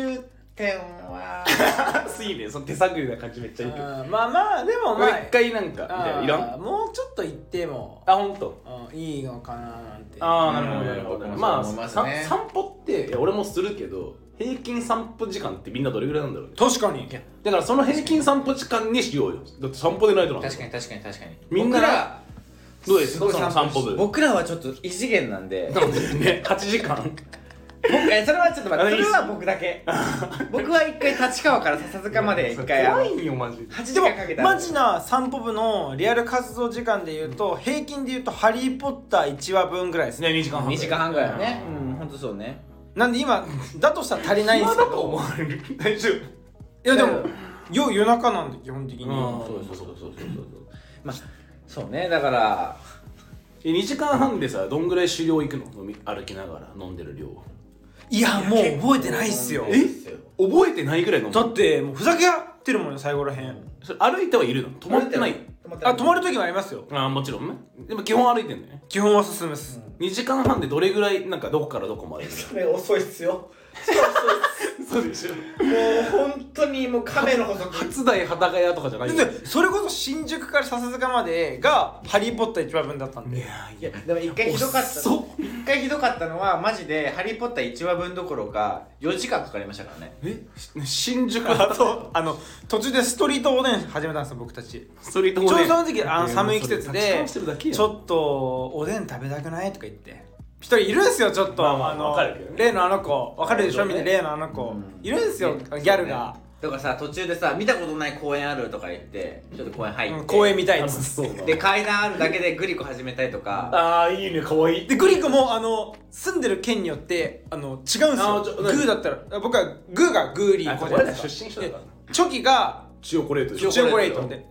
[SPEAKER 1] 点は
[SPEAKER 3] すいいねその手探りな感じめっちゃいいけども
[SPEAKER 2] あーまあまあでも
[SPEAKER 3] う
[SPEAKER 2] まあ
[SPEAKER 3] 一回なんかみたい
[SPEAKER 2] あ
[SPEAKER 3] な
[SPEAKER 2] ー
[SPEAKER 3] いらん
[SPEAKER 2] もうちょっと行っても
[SPEAKER 3] あ本当。
[SPEAKER 2] うんいいのかななんて
[SPEAKER 3] ああ
[SPEAKER 1] な
[SPEAKER 3] な
[SPEAKER 1] る
[SPEAKER 3] る
[SPEAKER 1] ほ
[SPEAKER 3] ほ
[SPEAKER 1] ど
[SPEAKER 3] ど
[SPEAKER 1] なるほど
[SPEAKER 3] なるほどまあ
[SPEAKER 1] 僕もそ
[SPEAKER 3] さ
[SPEAKER 1] う思いますね
[SPEAKER 3] 散歩っていや俺もするけど平均散歩時間ってみんなどれぐらいなんだろうね
[SPEAKER 2] 確かに
[SPEAKER 3] だからその平均散歩時間にしようよだって散歩でないとなんだもん
[SPEAKER 1] 確かに確かに確かに
[SPEAKER 3] みんな
[SPEAKER 1] 僕ら
[SPEAKER 3] どうですす
[SPEAKER 1] ごい
[SPEAKER 3] その散歩部
[SPEAKER 1] 僕らはちょっと異次元なんで
[SPEAKER 3] なのでね8時間
[SPEAKER 1] 僕えそれはちょっと待ってそ
[SPEAKER 3] あいいっ
[SPEAKER 1] れ
[SPEAKER 3] す
[SPEAKER 1] は僕だ け僕は一回立川から笹塚まで一回あ
[SPEAKER 3] 怖
[SPEAKER 1] の
[SPEAKER 3] いよマジで
[SPEAKER 1] 8時
[SPEAKER 2] でも
[SPEAKER 1] 間かけた
[SPEAKER 2] マジな散歩部のリアル活動時間で言うと平均で言うと「ハリー・ポッター」1話分ぐらいですね
[SPEAKER 3] ね2時間半
[SPEAKER 1] 2時間半ぐらいだねうんほんとそうね
[SPEAKER 2] なんで今だとしたら足りないんですけ
[SPEAKER 3] 暇だと思
[SPEAKER 2] ど
[SPEAKER 3] われる大丈夫
[SPEAKER 2] いやでもよ夜中なんで基本的に、
[SPEAKER 3] うん
[SPEAKER 1] そうそうそうそうそうそうまあそうねだから
[SPEAKER 3] え2時間半でさどんぐらい狩猟行くの飲み歩きながら飲んでる量
[SPEAKER 2] いやもう覚えてないっすよ
[SPEAKER 1] えですよ
[SPEAKER 3] 覚えてないぐらい飲む
[SPEAKER 2] だってもうふざけ合ってるもんね最後らへん
[SPEAKER 3] それ歩いてはいるの止まってない
[SPEAKER 2] あ止まる時もありますよ
[SPEAKER 3] ああもちろんねでも基本歩いてんだよね
[SPEAKER 2] 基本は進むっす、
[SPEAKER 3] 2時間半でどれぐらいなんかどこからどこまで行く
[SPEAKER 4] それ遅いっすよ
[SPEAKER 3] のそうでしょ
[SPEAKER 4] もう本当にもう亀の補足
[SPEAKER 3] 初代幡ヶ谷とかじゃないよ
[SPEAKER 2] だってそれこそ新宿から笹塚までが「ハリー・ポッター」一話分だったんで
[SPEAKER 1] いやでも一回ひどかった
[SPEAKER 3] 遅っ
[SPEAKER 1] 一回ひどかったのはマジで「ハリー・ポッター」1話分どころか4時間かかりましたからね
[SPEAKER 3] えし新宿
[SPEAKER 2] あとあの途中でストリートおでん始めたんですよ僕たち
[SPEAKER 3] ストリート
[SPEAKER 2] ちょうどその
[SPEAKER 3] ね
[SPEAKER 2] 時期あの寒い季節
[SPEAKER 3] いやも
[SPEAKER 2] で
[SPEAKER 3] うそれ立ち直してるだけやん
[SPEAKER 2] ちょっとおでん食べたくないとか言って一人いるんですよちょっと、
[SPEAKER 3] まあまあ
[SPEAKER 2] の
[SPEAKER 3] わかるけどね
[SPEAKER 2] 例のあの子わかるでしょ、
[SPEAKER 3] そう
[SPEAKER 2] み
[SPEAKER 3] ね
[SPEAKER 2] んな例のあの子、
[SPEAKER 1] うん
[SPEAKER 2] いるんですよギャルが、
[SPEAKER 1] だからさ途中でさ見たことない公園あるとか言ってちょっと公園入って、
[SPEAKER 2] うん公園みたい
[SPEAKER 3] 楽
[SPEAKER 2] で
[SPEAKER 3] し
[SPEAKER 2] す
[SPEAKER 3] そうだ
[SPEAKER 1] で階段あるだけでグリコ始めたりとか
[SPEAKER 3] ああいいねかわいい
[SPEAKER 2] でグリコもあの住んでる県によってあの違うんですよグ
[SPEAKER 3] あちょ
[SPEAKER 2] ーだったら僕はグーがグーリー
[SPEAKER 3] あ
[SPEAKER 2] 子
[SPEAKER 3] こ
[SPEAKER 2] じゃないで
[SPEAKER 3] れら
[SPEAKER 2] すか
[SPEAKER 3] 出身者だからな
[SPEAKER 2] でチョキが
[SPEAKER 3] チオコレートでし
[SPEAKER 2] チ
[SPEAKER 3] ょ
[SPEAKER 2] ョコレートで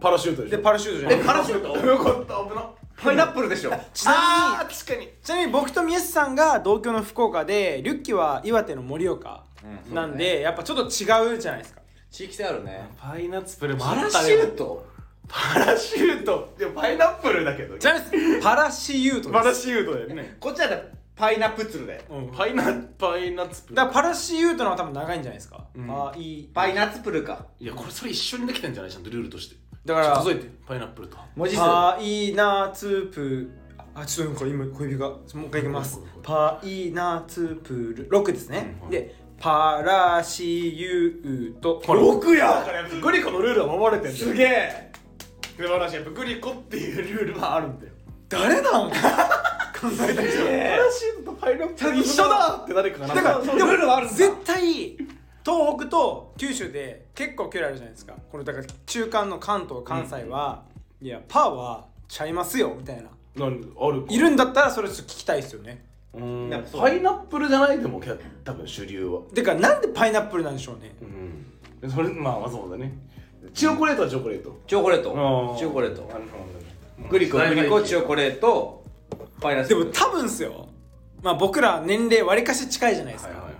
[SPEAKER 3] パラシュートでし
[SPEAKER 2] で
[SPEAKER 3] ょ
[SPEAKER 2] パラシュートじゃない
[SPEAKER 1] パラシュート
[SPEAKER 3] よかった危な
[SPEAKER 1] パイナップルでしょ
[SPEAKER 2] ちなみに
[SPEAKER 3] 確かに
[SPEAKER 2] ちなみに僕とミエスさんが同居の福岡でリュッキは岩手の盛岡
[SPEAKER 1] うん
[SPEAKER 2] なんで、やっぱちょっと違うじゃないですか
[SPEAKER 1] 地域性あるね
[SPEAKER 3] パイナッツルも
[SPEAKER 1] パ
[SPEAKER 3] あ
[SPEAKER 1] ラ
[SPEAKER 3] っ
[SPEAKER 1] シ
[SPEAKER 3] たね
[SPEAKER 1] ュート
[SPEAKER 3] パラシュートでもパイナップルだけど
[SPEAKER 2] ちなみにパラシュートです
[SPEAKER 3] シュートだよね
[SPEAKER 1] こっちはだ
[SPEAKER 6] パイナップツルだよ
[SPEAKER 2] うん、だか
[SPEAKER 3] パイナパイナッツプ
[SPEAKER 2] らパラシュートのは多分長いんじゃないですか、
[SPEAKER 3] うん
[SPEAKER 2] あいい
[SPEAKER 6] パイナッツプルか
[SPEAKER 3] いやこれそれ一緒にできたんじゃないじゃんルールとして
[SPEAKER 2] だから
[SPEAKER 3] ちょっと数えてパイナップルと
[SPEAKER 1] 文字数
[SPEAKER 2] パイナツプあちょっとこれ今小指がもう一回いきますパイナツプル6ですね、
[SPEAKER 3] うんはい
[SPEAKER 2] でパラシユート
[SPEAKER 3] ほら
[SPEAKER 6] 僕や
[SPEAKER 3] やっぱグリコのルールは守れてんだ
[SPEAKER 6] す
[SPEAKER 3] よ
[SPEAKER 6] げえ
[SPEAKER 3] 素晴らしいやっぱグリコっていうルールはあるんだよ
[SPEAKER 2] 誰なん 考えた人
[SPEAKER 3] パラシュートとパイナップル一緒だって誰かがな
[SPEAKER 2] だから
[SPEAKER 6] そう
[SPEAKER 2] でも
[SPEAKER 6] ルールはあるんだ
[SPEAKER 2] 絶対東北と九州で結構距離あるじゃないですかこれだから中間の関東関西は、いやパーはちゃいますよみたいな
[SPEAKER 3] なんである
[SPEAKER 2] いるんだったらそれちょっと聞きたいですよね
[SPEAKER 3] うーん
[SPEAKER 6] やっぱそう
[SPEAKER 3] パイナップルじゃないでもけ多分主流は
[SPEAKER 2] てかなんでパイナップルなんでしょうね
[SPEAKER 3] うんそれまあまあそうだねチョコレートはチョコレート
[SPEAKER 1] チョコレー
[SPEAKER 3] あ
[SPEAKER 1] ト
[SPEAKER 3] ー
[SPEAKER 1] チョコレート
[SPEAKER 3] なるほど
[SPEAKER 1] グリコ
[SPEAKER 3] 時
[SPEAKER 1] グ
[SPEAKER 3] 代が
[SPEAKER 1] リコ
[SPEAKER 3] 生き
[SPEAKER 1] チョコレートパイナッ
[SPEAKER 2] で
[SPEAKER 1] ツ
[SPEAKER 2] も
[SPEAKER 1] プル
[SPEAKER 2] 多分っすよまあ僕ら年齢わりかし近いじゃないです
[SPEAKER 3] は
[SPEAKER 2] か、
[SPEAKER 3] いはいはい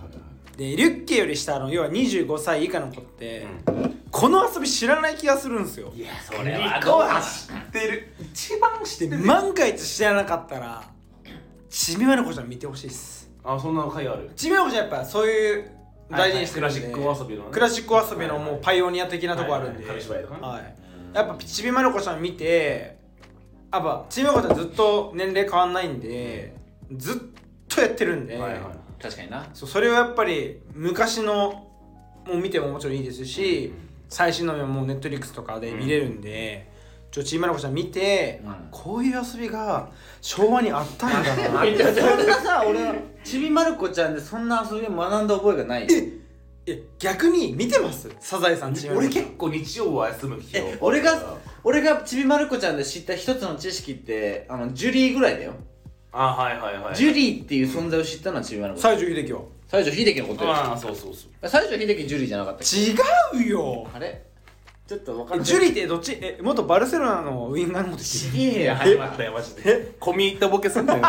[SPEAKER 2] でリュッケより下の要は25歳以下の子って、
[SPEAKER 3] は
[SPEAKER 2] この遊び知らない気がするんですよ
[SPEAKER 3] いいやそ
[SPEAKER 1] それは
[SPEAKER 3] グリコ
[SPEAKER 1] どう
[SPEAKER 3] は
[SPEAKER 1] だ
[SPEAKER 3] 知ってる一番知
[SPEAKER 2] で万が一知らなかったらちびまる子ちゃん見てほしいっす
[SPEAKER 3] あそんな回ある
[SPEAKER 2] ちびまる子ちゃんやっぱそういう大事にしてるんで、
[SPEAKER 3] はいはいクラシック遊びのね
[SPEAKER 2] クラシック遊びのもうパイオニア的なとこあるんで、
[SPEAKER 3] はいはい紙芝居とかね
[SPEAKER 2] はいやっぱちびまる子ちゃん見てやっぱちびまる子ちゃんずっと年齢変わんないんでずっとやってるんで、
[SPEAKER 3] はいはい
[SPEAKER 1] 確かにな
[SPEAKER 2] そうそれはやっぱり昔のもう見てももちろんいいですし、最新のもネットリックスとかで見れるんで、ちょちいまる子ちゃん見て、
[SPEAKER 1] うん
[SPEAKER 2] こういう遊びが昭和にあったんだな
[SPEAKER 1] そん なさ俺はちびまる子ちゃんでそんな遊びを学んだ覚えがないよ
[SPEAKER 2] え逆に見てますサザエさんちいまる
[SPEAKER 3] 俺
[SPEAKER 2] 子ちゃん
[SPEAKER 3] 結構日曜は休む日
[SPEAKER 1] え俺が俺がちびまる子ちゃんで知った一つの知識ってあのジュリーぐらいだよ
[SPEAKER 3] あはいはいはい
[SPEAKER 1] ジュリーっていう存在を知ったのはちびまる子ちゃん
[SPEAKER 2] 西城秀樹は
[SPEAKER 1] 西城秀樹のことよ
[SPEAKER 3] ああそう そうそう
[SPEAKER 1] 西城秀樹ジュリーじゃなかったっけ
[SPEAKER 2] 違うよ
[SPEAKER 1] あれちょっと分かんない
[SPEAKER 2] ジュリーってどっちえ元バルセロナのウインガーのこと知っ
[SPEAKER 1] ち
[SPEAKER 2] て
[SPEAKER 1] げえよ
[SPEAKER 3] 始まったよマジで 込み入ったボケすんだよ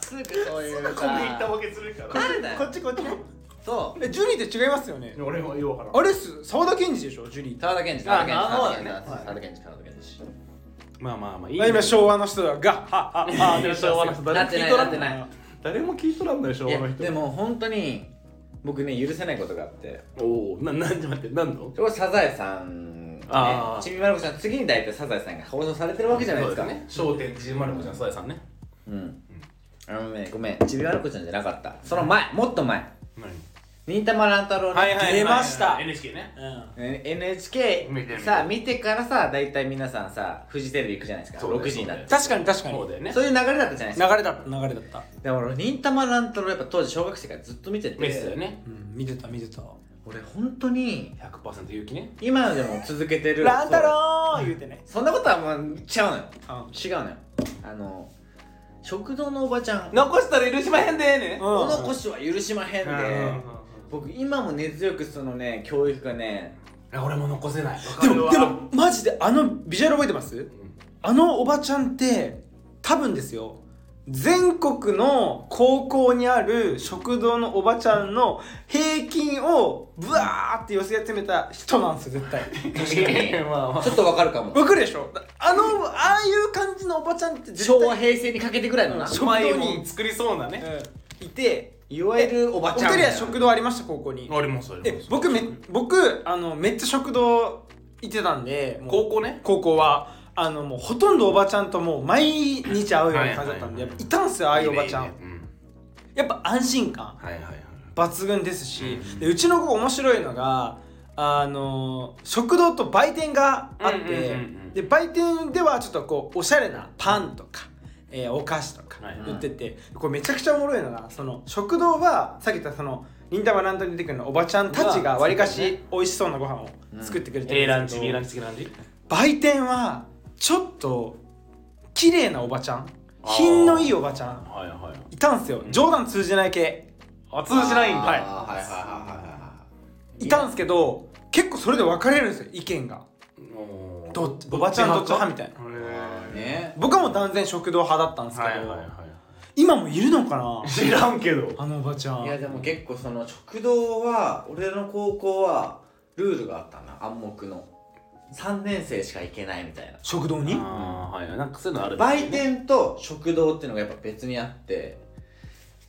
[SPEAKER 1] すぐそういう
[SPEAKER 3] 込み入った
[SPEAKER 1] さ
[SPEAKER 3] ボケするから
[SPEAKER 1] 誰だ
[SPEAKER 2] こ
[SPEAKER 1] よ
[SPEAKER 2] っちこっち
[SPEAKER 1] そう
[SPEAKER 2] えジュリーって違いますよね
[SPEAKER 3] 俺はようからん
[SPEAKER 2] あれっす沢田研二でしょジュリーって
[SPEAKER 1] 沢田研二沢
[SPEAKER 3] あ
[SPEAKER 1] 田研二
[SPEAKER 3] なるほどね
[SPEAKER 1] 沢田研二沢田研二
[SPEAKER 3] まあまあまあいい
[SPEAKER 2] あ今昭和の人だがはは
[SPEAKER 3] あでも昭和の人
[SPEAKER 1] な
[SPEAKER 3] 誰
[SPEAKER 1] っ
[SPEAKER 3] も
[SPEAKER 1] てない
[SPEAKER 3] 聞
[SPEAKER 1] な
[SPEAKER 3] いとら
[SPEAKER 1] っ
[SPEAKER 3] ん
[SPEAKER 1] て
[SPEAKER 3] な
[SPEAKER 1] ないい
[SPEAKER 3] 誰も聞いとらんのよ昭
[SPEAKER 1] い
[SPEAKER 3] 和
[SPEAKER 1] や
[SPEAKER 3] の人
[SPEAKER 1] でも本当に僕ね許せないことがあって
[SPEAKER 3] おおななんで待って何の
[SPEAKER 1] それはサザエさん、ね
[SPEAKER 3] あ、ー
[SPEAKER 1] ちびまる子ちゃん次に大体サザエさんが放送されてるわけじゃないですか
[SPEAKER 3] そうですね『笑点』ちびまる子ちゃんさやさんね
[SPEAKER 1] うんあのねごめんちびまる子ちゃんじゃなかったその前もっと前
[SPEAKER 3] 何
[SPEAKER 1] 忍たま乱太郎の、
[SPEAKER 2] はいはい出ました
[SPEAKER 3] NHK ね
[SPEAKER 1] え NHK
[SPEAKER 3] 見てる
[SPEAKER 1] さあ見てからさ大体皆さんさフジテレビ行くじゃないですか
[SPEAKER 3] そうだよ
[SPEAKER 1] 6時になって
[SPEAKER 2] 確かに確かに
[SPEAKER 3] そうだよね
[SPEAKER 1] そういう流れだったじゃないです
[SPEAKER 2] 流
[SPEAKER 1] か
[SPEAKER 2] れだった流れだった、
[SPEAKER 1] でも俺忍たま乱太郎やっぱ当時小学生からずっと見てて
[SPEAKER 3] メスだよね
[SPEAKER 2] うん、見てた見てた
[SPEAKER 1] 俺本当に
[SPEAKER 3] 100%勇気ね
[SPEAKER 1] 今でも続けてる
[SPEAKER 2] 乱太郎言うてね
[SPEAKER 1] そんなことはもうちゃうのよ
[SPEAKER 2] あ
[SPEAKER 1] 違うのよあの食堂のおばちゃん
[SPEAKER 3] 残したら許しまへんでね
[SPEAKER 2] う
[SPEAKER 1] この
[SPEAKER 2] ん
[SPEAKER 1] 腰は許しまへんで、僕今も根強くそのね教育がね
[SPEAKER 3] 俺も残せない
[SPEAKER 2] でもでもマジであのビジュアル覚えてますあのおばちゃんって多分ですよ全国の高校にある食堂のおばちゃんの平均をブワーって寄せ集めた人なんですよ絶対
[SPEAKER 1] 確かに
[SPEAKER 3] まあまあ
[SPEAKER 1] ちょっとわかるかも
[SPEAKER 2] わかるでしょあのああいう感じのおばちゃんって 絶対
[SPEAKER 1] 昭和平成にかけてぐらいのな、
[SPEAKER 2] うん
[SPEAKER 3] うまいもん作りそうなね
[SPEAKER 2] うんいて
[SPEAKER 1] いわゆるおば
[SPEAKER 2] お
[SPEAKER 1] ちゃん
[SPEAKER 2] 二
[SPEAKER 1] みた
[SPEAKER 2] 人
[SPEAKER 1] い
[SPEAKER 2] は
[SPEAKER 1] な
[SPEAKER 2] 食堂ありました高校に
[SPEAKER 3] 俺もそれ
[SPEAKER 2] え僕め僕あのめっちゃ食堂行ってたんでもう
[SPEAKER 3] 高校ね
[SPEAKER 2] 高校はあのもうほとんどおばちゃんともう毎日会うような感じだったんで、
[SPEAKER 3] はいはいはい
[SPEAKER 2] やっぱいたんすよああいうおばちゃん
[SPEAKER 3] いいねいいね
[SPEAKER 2] やっぱ安心感
[SPEAKER 3] うんはいはいはい
[SPEAKER 2] 抜群ですし、でうちの子面白いのがあの食堂と売店があって、
[SPEAKER 3] うんうんうんうん
[SPEAKER 2] で売店ではちょっとこうおしゃれなパンとか、えーお菓子とか
[SPEAKER 3] はいはい
[SPEAKER 2] 売ってて、これめちゃくちゃおもろいのがその食堂はさっき言ったその忍たま乱闘に出てくるのおばちゃんたちがわりかし美味しそうなご飯を作ってくれて
[SPEAKER 3] え
[SPEAKER 2] る
[SPEAKER 3] ラン
[SPEAKER 2] です
[SPEAKER 3] チ
[SPEAKER 2] けど
[SPEAKER 3] ランチランチ
[SPEAKER 2] 売店はちょっと綺麗なおばちゃん品のいいおばちゃん
[SPEAKER 3] はいはい
[SPEAKER 2] いたんすよ
[SPEAKER 3] うん
[SPEAKER 2] 冗談通じない系
[SPEAKER 3] あ通じないんだ
[SPEAKER 1] はい
[SPEAKER 3] はいはいはい
[SPEAKER 2] たんすけど結構それで分かれるんですよ意見が
[SPEAKER 3] いはい
[SPEAKER 2] どっちおばちゃんどっち派みたいな
[SPEAKER 3] な
[SPEAKER 1] ね
[SPEAKER 2] 僕はもう断然食堂派だったんですけど、
[SPEAKER 3] はいはいはい
[SPEAKER 2] 今もいるのかな
[SPEAKER 3] 知らんけど
[SPEAKER 2] あのおばちゃん
[SPEAKER 1] いやでも結構その食堂は俺の高校はルールがあったな暗黙の3年生しか行けないみたいな
[SPEAKER 2] 食堂に
[SPEAKER 3] あーはいなんかそういうのあるんですよ
[SPEAKER 1] 売店と食堂っていうのがやっぱ別にあって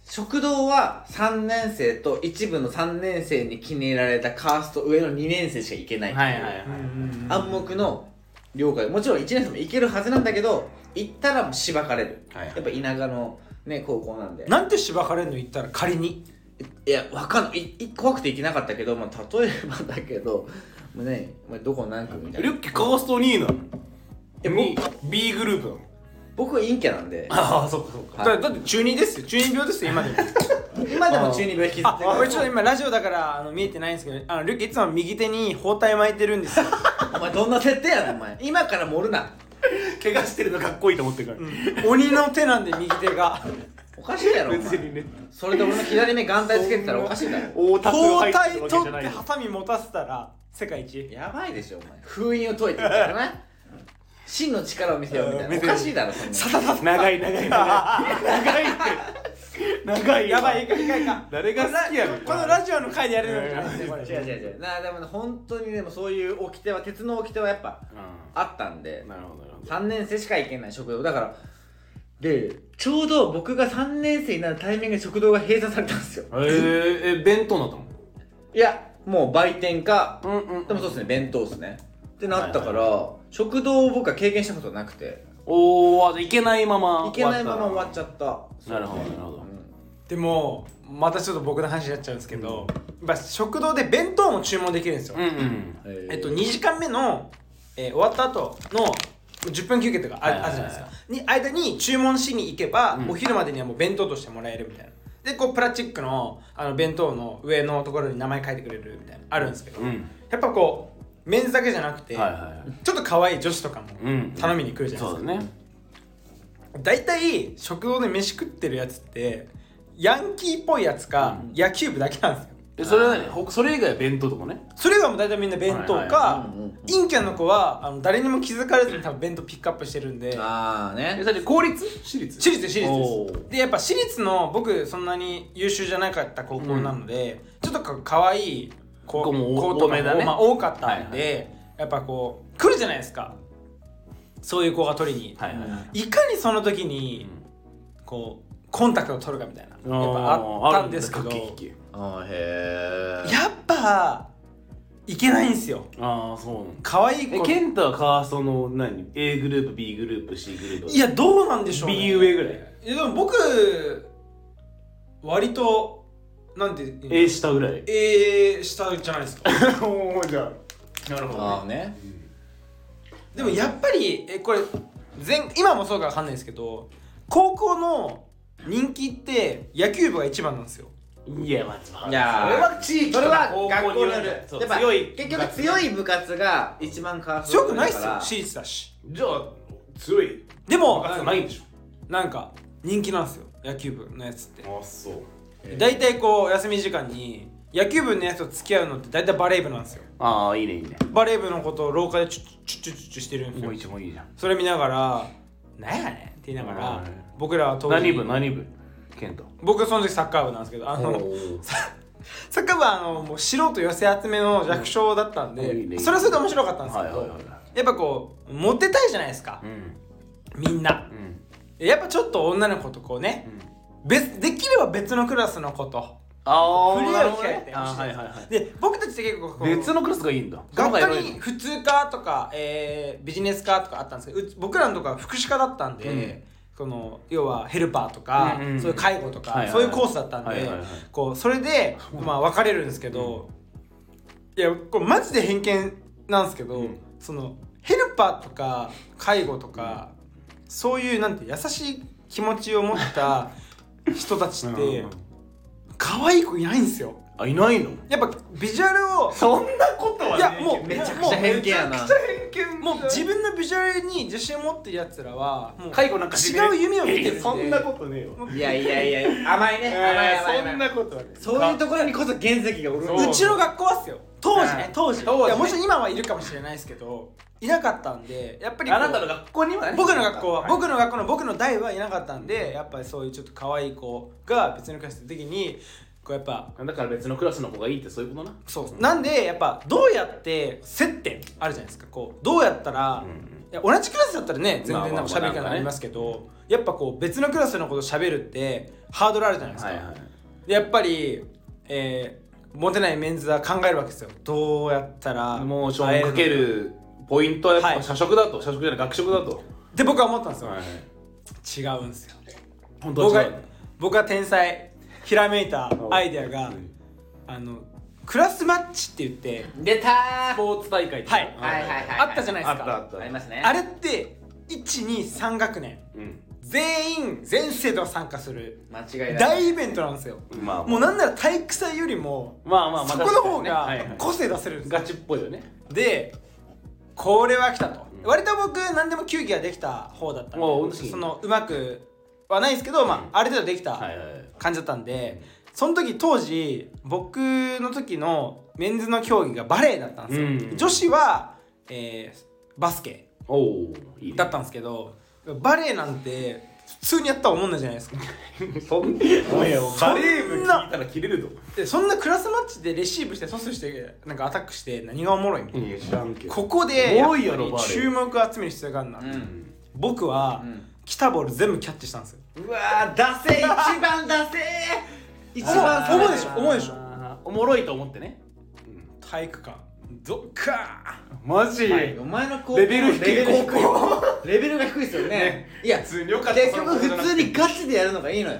[SPEAKER 1] 食堂は3年生と一部の3年生に気に入られたカースト上の2年生しか行けないって
[SPEAKER 3] はいいうはいはい、
[SPEAKER 1] 暗黙の了解もちろん1年生も行けるはずなんだけど行ったらもうしばかれる
[SPEAKER 3] はい
[SPEAKER 1] やっぱ田舎のね高校なんで
[SPEAKER 2] なんてしばかれんの言ったら仮に
[SPEAKER 1] いやわかんないいい怖くて行けなかったけど、まあ、例えばだけどもうねお前どこ何区みたい
[SPEAKER 3] リ
[SPEAKER 1] な
[SPEAKER 3] ュッキーカースト2位なの
[SPEAKER 1] や
[SPEAKER 3] B, B グループなの
[SPEAKER 1] 僕は陰キャなんで
[SPEAKER 3] ああそっかそっか
[SPEAKER 1] はい
[SPEAKER 2] だだって中二ですよ中二病ですよ今でも
[SPEAKER 1] 今でも中二病引きず
[SPEAKER 2] あ
[SPEAKER 1] って
[SPEAKER 2] これちょっと
[SPEAKER 1] る
[SPEAKER 2] 今ラジオだからあの見えてないんですけどあのリュッキーいつも右手に包帯巻いてるんですよ
[SPEAKER 1] お前どんな設定やねんお前今から盛るな
[SPEAKER 3] 怪我してるのかっこいいと思ってるから、
[SPEAKER 2] 鬼の手なんで右手が
[SPEAKER 1] おかしいやろお
[SPEAKER 3] 別に
[SPEAKER 1] 前
[SPEAKER 3] ね
[SPEAKER 1] それで俺の左目眼帯つけてたらおかしいだろ
[SPEAKER 3] 大
[SPEAKER 2] 包帯
[SPEAKER 3] わ
[SPEAKER 2] 取ってハサミ持たせたら世界一
[SPEAKER 1] やばいでしょお前封印を解いてるからな真の力を見せようみたいなおかしいだろそんなの
[SPEAKER 3] 長い長い長い長いって長い
[SPEAKER 2] やばいいいかいいかいいか
[SPEAKER 3] 誰が好きやねん
[SPEAKER 2] このラジオの回でやるのじゃないですよこ
[SPEAKER 1] 違う
[SPEAKER 2] れ
[SPEAKER 1] 違う違うなあでもね本当にでもそういう掟は鉄の掟はやっぱあったんで
[SPEAKER 3] うんなるほどなるほど
[SPEAKER 1] 3年生しか行けない食堂だからでちょうど僕が3年生になるタイミングで食堂が閉鎖されたんですよ
[SPEAKER 3] えー、え弁当になったの
[SPEAKER 1] いやもう売店か
[SPEAKER 3] うんうん
[SPEAKER 1] でもそうですね弁当ですねってなったから、食堂を僕は経験したことなくて
[SPEAKER 3] おおいけないまま
[SPEAKER 1] 行けないまま終わっち
[SPEAKER 3] ゃ
[SPEAKER 1] ゃった
[SPEAKER 3] うなるほどなるほど、
[SPEAKER 2] でもまたちょっと僕の話になっちゃうんですけど、やっぱ食堂で弁当も注文できるんですよ、
[SPEAKER 3] うんうん
[SPEAKER 1] うん
[SPEAKER 2] えっと、2時間目の、えー終わった後の10分休憩とかあ,、
[SPEAKER 3] はいはいはい
[SPEAKER 2] あるじゃないですかに間に注文しに行けば、
[SPEAKER 3] うん
[SPEAKER 2] お昼までにはもう弁当としてもらえるみたいなでこうプラスチックのあの弁当の上のところに名前書いてくれるみたいなあるんですけど、
[SPEAKER 3] うん
[SPEAKER 2] やっぱこうメンズだけじゃなくて、
[SPEAKER 3] はいはい
[SPEAKER 2] ちょっと可愛い女子とかも
[SPEAKER 3] うん
[SPEAKER 2] 頼みに来るじゃないですか、
[SPEAKER 3] そうだね
[SPEAKER 2] 大体食堂で飯食ってるやつってヤンキーっぽいやつか、野球部だけなんですよ
[SPEAKER 3] でそれはねほそれ以外は弁当とかね
[SPEAKER 2] それ以外も大体みんな弁当
[SPEAKER 3] はい
[SPEAKER 2] か、
[SPEAKER 1] はいうんうんうん
[SPEAKER 2] 陰キャの子はあの誰にも気づかれずに多分弁当ピックアップしてるんで
[SPEAKER 1] ああ
[SPEAKER 3] え
[SPEAKER 1] ね
[SPEAKER 3] それ公立私立
[SPEAKER 2] 私立です私立
[SPEAKER 3] お
[SPEAKER 2] ですでやっぱ私立の僕そんなに優秀じゃなかった高校なので、ちょっとか可愛い子
[SPEAKER 3] 子も
[SPEAKER 2] 子と
[SPEAKER 3] 多
[SPEAKER 2] か
[SPEAKER 3] めだね
[SPEAKER 2] まあ、多かったんで、
[SPEAKER 3] は
[SPEAKER 2] やっぱこう来るじゃないですかそういう子が取りに、
[SPEAKER 3] はいはいはい
[SPEAKER 2] い、かにその時にこうコンタクトを取るかみたいなやっぱあったんですけど
[SPEAKER 3] あるんだ駆け引き
[SPEAKER 1] あーへえ
[SPEAKER 2] やっぱいけないんですよ
[SPEAKER 3] あーそうなんだ
[SPEAKER 2] 可愛い
[SPEAKER 3] え
[SPEAKER 2] 子
[SPEAKER 3] ケンタはカーストの何 A グループ B グループ C グループ
[SPEAKER 2] いやどうなんでしょう、ね、
[SPEAKER 3] B 上ぐらい
[SPEAKER 2] いやでも僕割となんていうの
[SPEAKER 3] A 下ぐらい
[SPEAKER 2] A 下じゃないです か
[SPEAKER 3] おーじゃあなるほ
[SPEAKER 1] ああね
[SPEAKER 2] でもやっぱりえこれ前今もそうかわかんないですけど高校の人気って野球部が一番なんですよ
[SPEAKER 3] いやまあ
[SPEAKER 1] いやー
[SPEAKER 3] それは地域
[SPEAKER 1] それは
[SPEAKER 3] とか
[SPEAKER 1] 学校によるやっ
[SPEAKER 3] そう
[SPEAKER 1] ぱ
[SPEAKER 3] 強い
[SPEAKER 1] 結局強い部活が一番カースト
[SPEAKER 2] 強くないっす
[SPEAKER 1] だか
[SPEAKER 2] よ
[SPEAKER 1] ら
[SPEAKER 2] 私立だし
[SPEAKER 3] じゃあ強い
[SPEAKER 2] でも
[SPEAKER 3] 部活ないんでし
[SPEAKER 2] なんか人気なんですよ野球部のやつって
[SPEAKER 3] ょあそう
[SPEAKER 2] 大体こう休み時間に野球部のやつと付き合うのって大体バレー部なんですよ
[SPEAKER 3] ああいいねいいね
[SPEAKER 2] バレー部のことを廊下でチュッチュッチュッチュッチュしてるんです
[SPEAKER 3] も
[SPEAKER 2] よ
[SPEAKER 3] う一問いいじゃん
[SPEAKER 2] それ見ながら「なんやねん」って言いなが
[SPEAKER 3] う
[SPEAKER 2] ら
[SPEAKER 3] ん
[SPEAKER 2] 僕らは当時
[SPEAKER 3] 何部何部ケンタ
[SPEAKER 2] 僕その時サッカー部なんですけどあのサッカー部はあのもう素人寄せ集めの弱小だったんで、
[SPEAKER 3] うんいいね
[SPEAKER 2] それはそれで面白かったんです
[SPEAKER 3] はい
[SPEAKER 2] け
[SPEAKER 3] はい
[SPEAKER 2] ど、
[SPEAKER 3] は
[SPEAKER 2] やっぱこうモテたいじゃないですか
[SPEAKER 3] い、うん
[SPEAKER 2] みんな
[SPEAKER 3] うん
[SPEAKER 2] やっぱちょっと女の子とこうね、別できれば別のクラスの子と
[SPEAKER 3] あ
[SPEAKER 2] 触
[SPEAKER 3] ー
[SPEAKER 2] れ
[SPEAKER 3] な
[SPEAKER 2] 合
[SPEAKER 3] る
[SPEAKER 2] う機
[SPEAKER 3] ほど
[SPEAKER 2] 会
[SPEAKER 3] ね
[SPEAKER 2] って
[SPEAKER 3] あ
[SPEAKER 2] ほ
[SPEAKER 3] ー
[SPEAKER 2] しいです
[SPEAKER 3] はいはいはい
[SPEAKER 2] で僕たちって結構こう
[SPEAKER 3] 別のクラスがいいんだ
[SPEAKER 2] 学
[SPEAKER 3] その方
[SPEAKER 2] 科
[SPEAKER 3] がエロい
[SPEAKER 2] に普通科とか、えービジネス科とかあったんですけどうち僕らのとこは福祉科だったんで、
[SPEAKER 3] うん
[SPEAKER 2] その要はヘルパーとか、
[SPEAKER 3] うんうん
[SPEAKER 2] そういう介護とか、
[SPEAKER 3] はいはい
[SPEAKER 2] そういうコースだったんで、
[SPEAKER 3] はいはいはい
[SPEAKER 2] こうそれで、まあ、分かれるんですけど、いやこれマジで偏見なんですけど、
[SPEAKER 3] うん
[SPEAKER 2] そのヘルパーとか介護とか、そういうなんて優しい気持ちを持った人たちっ
[SPEAKER 3] うんうん
[SPEAKER 2] て
[SPEAKER 3] うん
[SPEAKER 2] 可愛い子いないんですよ。
[SPEAKER 3] あいないの
[SPEAKER 2] やっぱビジュアルを
[SPEAKER 3] そんなこと
[SPEAKER 2] いやもう
[SPEAKER 1] めちゃくちゃ偏見やな
[SPEAKER 2] もう自分のビジュアルに自信を持ってるやつらはもう
[SPEAKER 3] 介護なんかしてね
[SPEAKER 2] 違う夢を見てるんで
[SPEAKER 3] そんなことねえよ
[SPEAKER 1] いやいやいや甘いね甘い甘い甘い
[SPEAKER 3] そんなことはね
[SPEAKER 1] そういうところにこそ原石がおるんだ
[SPEAKER 3] そう
[SPEAKER 2] うちの学校はっすよ当時ね
[SPEAKER 1] うん
[SPEAKER 2] 当時
[SPEAKER 3] 当時ね
[SPEAKER 2] いやもちろん今はいるかもしれないですけどいなかったんでやっぱりこう
[SPEAKER 3] あなたの学校にはね
[SPEAKER 2] 僕の学校は、
[SPEAKER 3] はい
[SPEAKER 2] 僕の学校の僕の代はいなかったんでやっぱりそういうちょっと可愛い子が別のクラスの時にこれやっぱ
[SPEAKER 3] だから別のクラスの子がいいってそういうことな
[SPEAKER 2] そうなんでやっぱどうやって接点あるじゃないですかこうどうやったら、
[SPEAKER 3] うんうん
[SPEAKER 2] いや同じクラスだったらね全
[SPEAKER 3] まあ
[SPEAKER 2] 然な
[SPEAKER 3] まあ
[SPEAKER 2] ん
[SPEAKER 3] ま
[SPEAKER 2] か
[SPEAKER 3] あ
[SPEAKER 2] 喋り方ありますけど、やっぱこう別のクラスのこと喋るってハードルあるじゃないですか、
[SPEAKER 3] はいはい
[SPEAKER 2] でやっぱり、えーモテないメンズは考えるわけですよどうやったら
[SPEAKER 3] もうショ
[SPEAKER 2] 会え
[SPEAKER 3] ーン
[SPEAKER 2] る
[SPEAKER 3] か
[SPEAKER 2] の
[SPEAKER 3] けるポイントはやっ
[SPEAKER 2] は
[SPEAKER 3] ぱ
[SPEAKER 2] い
[SPEAKER 3] 社食だと、社食じゃない学食だと、
[SPEAKER 2] って僕は思ったんですよ、
[SPEAKER 3] はい、
[SPEAKER 2] 違うんですよ
[SPEAKER 3] 本当
[SPEAKER 2] 僕
[SPEAKER 3] は違
[SPEAKER 2] は
[SPEAKER 3] う
[SPEAKER 2] 僕は天才ひらめいたアイデアが、あのクラスマッチって言って
[SPEAKER 1] 出た
[SPEAKER 3] ス
[SPEAKER 1] ー
[SPEAKER 3] ポーツ大会って
[SPEAKER 2] はい
[SPEAKER 1] はいはいはい
[SPEAKER 2] あったじゃないです
[SPEAKER 3] あった
[SPEAKER 2] か
[SPEAKER 3] あった
[SPEAKER 1] ありますね
[SPEAKER 2] あれって123学年
[SPEAKER 3] うん
[SPEAKER 2] 全員全生徒が参加する
[SPEAKER 1] 間違いない
[SPEAKER 2] 大イベントなんですよ
[SPEAKER 3] まあま
[SPEAKER 2] も
[SPEAKER 3] あ
[SPEAKER 2] うなんなら体育祭よりも
[SPEAKER 3] まあまあまあ
[SPEAKER 2] そこの方
[SPEAKER 3] 確かにねはいはい
[SPEAKER 2] が個性出せるんですよ
[SPEAKER 3] ガチっぽいよね
[SPEAKER 2] でこれは来たと
[SPEAKER 3] うん
[SPEAKER 2] 割と僕何でも球技ができた方だったん
[SPEAKER 3] お
[SPEAKER 2] で
[SPEAKER 3] う確かに
[SPEAKER 2] そのうまくはないですけど、まあ、ある程度できた
[SPEAKER 3] はいはいはい
[SPEAKER 2] 感じだったんでその時当時僕の時のメンズの競技がバレエだったんですよ、
[SPEAKER 3] うん
[SPEAKER 2] 女子は、えーバスケ
[SPEAKER 3] おおいいね
[SPEAKER 2] だったんですけどバレエなんて普通にやったら思んないじゃないですか
[SPEAKER 3] そんお前よバレー部聞いたら切れるぞ
[SPEAKER 2] でそんなクラスマッチでレシーブしてトスしてなんかアタックして何がおもろいみたいな、
[SPEAKER 3] いや知らんけど
[SPEAKER 2] ここでやっぱ
[SPEAKER 3] 多いやろ
[SPEAKER 2] り
[SPEAKER 3] バレー
[SPEAKER 2] 注目を集める必要があるな、
[SPEAKER 1] うん
[SPEAKER 2] 僕は、
[SPEAKER 1] うん
[SPEAKER 2] 来たボール全部キャッチしたんですよ
[SPEAKER 1] うわーダセー一番ダセー一
[SPEAKER 2] 重
[SPEAKER 1] 番
[SPEAKER 2] 重いでしょ重いでしょ
[SPEAKER 3] あーおもろいと思ってね
[SPEAKER 2] 体育館どっか
[SPEAKER 3] マジ
[SPEAKER 1] はいお前の高校
[SPEAKER 3] レベル低い
[SPEAKER 1] レベル低いレベルが低いですよねいや
[SPEAKER 3] 普通によかった
[SPEAKER 1] 結局普通にガチでやるのがいいのよ、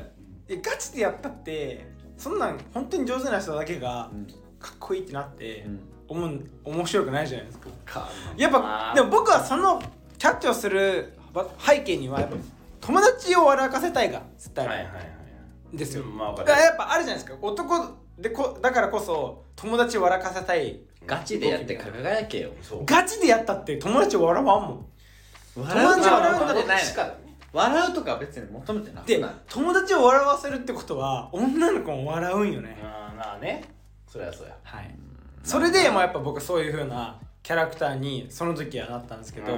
[SPEAKER 2] ーガチでやったってそんなん本当に上手な人だけがかっこいいってなって、おもん面白くないじゃないですかやっぱでも僕はそのキャッチをするば背景にはやっぱ友達を笑かせたいが絶
[SPEAKER 3] はい
[SPEAKER 2] 対、
[SPEAKER 3] はいはい
[SPEAKER 2] ですよ、
[SPEAKER 3] うんまあわか
[SPEAKER 2] だ
[SPEAKER 3] る
[SPEAKER 2] からやっぱあるじゃないですか男でこだからこそ友達を笑かせたい
[SPEAKER 1] ガチでやって輝けよ
[SPEAKER 3] そう
[SPEAKER 2] ガチでやったって友達を笑わんもん
[SPEAKER 1] 笑う
[SPEAKER 2] 友
[SPEAKER 1] と
[SPEAKER 2] 達
[SPEAKER 1] か
[SPEAKER 2] 笑うん
[SPEAKER 1] 求
[SPEAKER 2] だ
[SPEAKER 1] めてない
[SPEAKER 6] し
[SPEAKER 1] の
[SPEAKER 6] か
[SPEAKER 1] 笑うとかは別に求めてなく
[SPEAKER 2] で
[SPEAKER 1] ない
[SPEAKER 2] 友達を笑わせるってことは女の子も笑うんよね、
[SPEAKER 3] あーまあねそりゃそうや
[SPEAKER 2] はいそれでもうやっぱ僕はそういう風なキャラクターにその時はなったんですけど、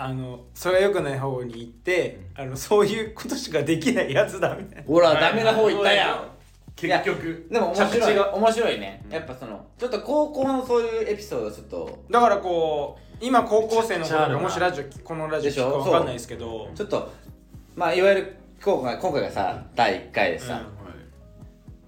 [SPEAKER 2] あのそれは良くない方に行って、あのそういうことしかできないやつだみたいな
[SPEAKER 1] ほらダメな方行ったやん、
[SPEAKER 3] 結局
[SPEAKER 1] でも面
[SPEAKER 3] 着
[SPEAKER 1] 白
[SPEAKER 3] 地
[SPEAKER 1] い
[SPEAKER 3] が
[SPEAKER 1] 面白いね、
[SPEAKER 3] ん
[SPEAKER 1] やっぱそのちょっと高校のそういうエピソードをちょっと
[SPEAKER 2] だからこう今高校生の子
[SPEAKER 3] めちゃくちゃある
[SPEAKER 2] が
[SPEAKER 3] な
[SPEAKER 2] もしラジオ聞このラジオ聞
[SPEAKER 1] でし
[SPEAKER 2] くか
[SPEAKER 1] ょ
[SPEAKER 2] 分かんないですけど
[SPEAKER 1] ちょっとまあいわゆる今回今回がさ第1回でさ、
[SPEAKER 2] うん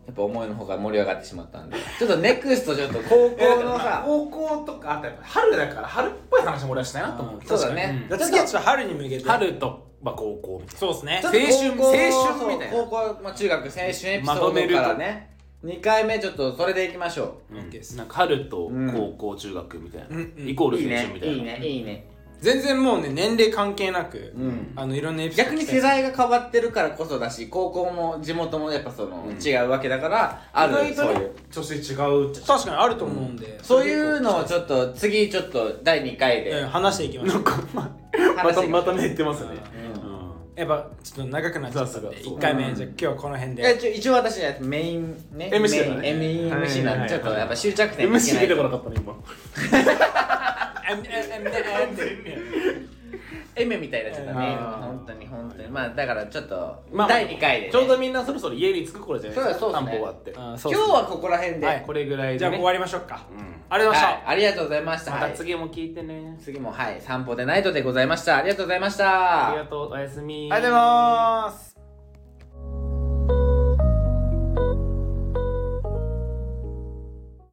[SPEAKER 1] やっぱ思いのほか盛り上がってしまったんでちょっとネクストちょっと高
[SPEAKER 3] え
[SPEAKER 1] 校
[SPEAKER 3] だから
[SPEAKER 1] の
[SPEAKER 3] まあ
[SPEAKER 1] さ
[SPEAKER 3] 高校とかあとやっぱ春だから春っぽい話も俺はしたいなと思う
[SPEAKER 1] そうだね、
[SPEAKER 2] だから次はちょっと春に向けて
[SPEAKER 3] 春とまあ高校みたい
[SPEAKER 2] そうですね
[SPEAKER 1] ちょっと
[SPEAKER 3] 青春
[SPEAKER 1] 高校
[SPEAKER 3] 青春みたいな
[SPEAKER 1] そう高校、まあ、中学青春エピソー
[SPEAKER 3] まとめ
[SPEAKER 1] ド
[SPEAKER 3] る
[SPEAKER 1] か
[SPEAKER 3] と
[SPEAKER 1] らね2回目ちょっとそれでいきましょ
[SPEAKER 3] な、
[SPEAKER 2] オッケーです
[SPEAKER 3] なんか春と高校、中学みたいな、イコー
[SPEAKER 1] う
[SPEAKER 3] ル
[SPEAKER 1] いい
[SPEAKER 3] 青
[SPEAKER 1] ね
[SPEAKER 3] 春みたいない
[SPEAKER 1] いねいいね
[SPEAKER 2] 全然もうね年齢関係なく、
[SPEAKER 1] うん
[SPEAKER 2] あのいろんなエピソード
[SPEAKER 1] 逆に世代が変わってるからこそだし高校も地元もやっぱその、
[SPEAKER 3] うん
[SPEAKER 1] 違うわけだからある
[SPEAKER 3] 意
[SPEAKER 1] そう
[SPEAKER 3] 外
[SPEAKER 1] い
[SPEAKER 3] と
[SPEAKER 1] う
[SPEAKER 3] ね女性違うっちゃ
[SPEAKER 2] 確かにあると思うんで、
[SPEAKER 1] そういうのをちょっと次ちょっと第2回
[SPEAKER 2] うん
[SPEAKER 1] で
[SPEAKER 2] 話していきましょう
[SPEAKER 1] 話していきましょう
[SPEAKER 3] ため言ってますね
[SPEAKER 1] うん
[SPEAKER 2] やっぱちょっと長くなっちゃったん
[SPEAKER 3] そう
[SPEAKER 2] で
[SPEAKER 3] そうそう
[SPEAKER 2] 1回目、
[SPEAKER 1] うん
[SPEAKER 2] じゃあ今日はこの辺
[SPEAKER 1] え
[SPEAKER 2] で
[SPEAKER 1] ちょ一応私ねメインね
[SPEAKER 3] MC だ
[SPEAKER 1] メ
[SPEAKER 3] ね
[SPEAKER 1] インメイン MC なんでちょっとやっぱ終着点い
[SPEAKER 3] MC 出て
[SPEAKER 1] け
[SPEAKER 3] こ
[SPEAKER 1] な
[SPEAKER 3] ないかったね今
[SPEAKER 1] エメみたいになっちゃったね
[SPEAKER 3] あー
[SPEAKER 1] 本当に本当にまあだからちょっと
[SPEAKER 3] まあ
[SPEAKER 1] 第2回でね
[SPEAKER 3] ちょうどみんなそろそろ家に着く頃じゃないですか
[SPEAKER 1] そうだそう
[SPEAKER 3] 散
[SPEAKER 1] だね
[SPEAKER 3] 歩終わって
[SPEAKER 2] 今
[SPEAKER 1] 今日はここら辺で
[SPEAKER 2] は
[SPEAKER 1] はい
[SPEAKER 3] これぐらい
[SPEAKER 2] じゃ
[SPEAKER 3] で、
[SPEAKER 2] あ
[SPEAKER 3] ね、
[SPEAKER 2] 終わりましょうか、
[SPEAKER 3] うん
[SPEAKER 2] ありがとうございました、
[SPEAKER 1] いありがとうございました
[SPEAKER 3] ま
[SPEAKER 1] は
[SPEAKER 3] た
[SPEAKER 1] い
[SPEAKER 3] 次も聞いてね
[SPEAKER 1] 次もはい散歩でナイトでございましたありがとうございました
[SPEAKER 3] ありがとうおやすみ
[SPEAKER 2] ありがとうございます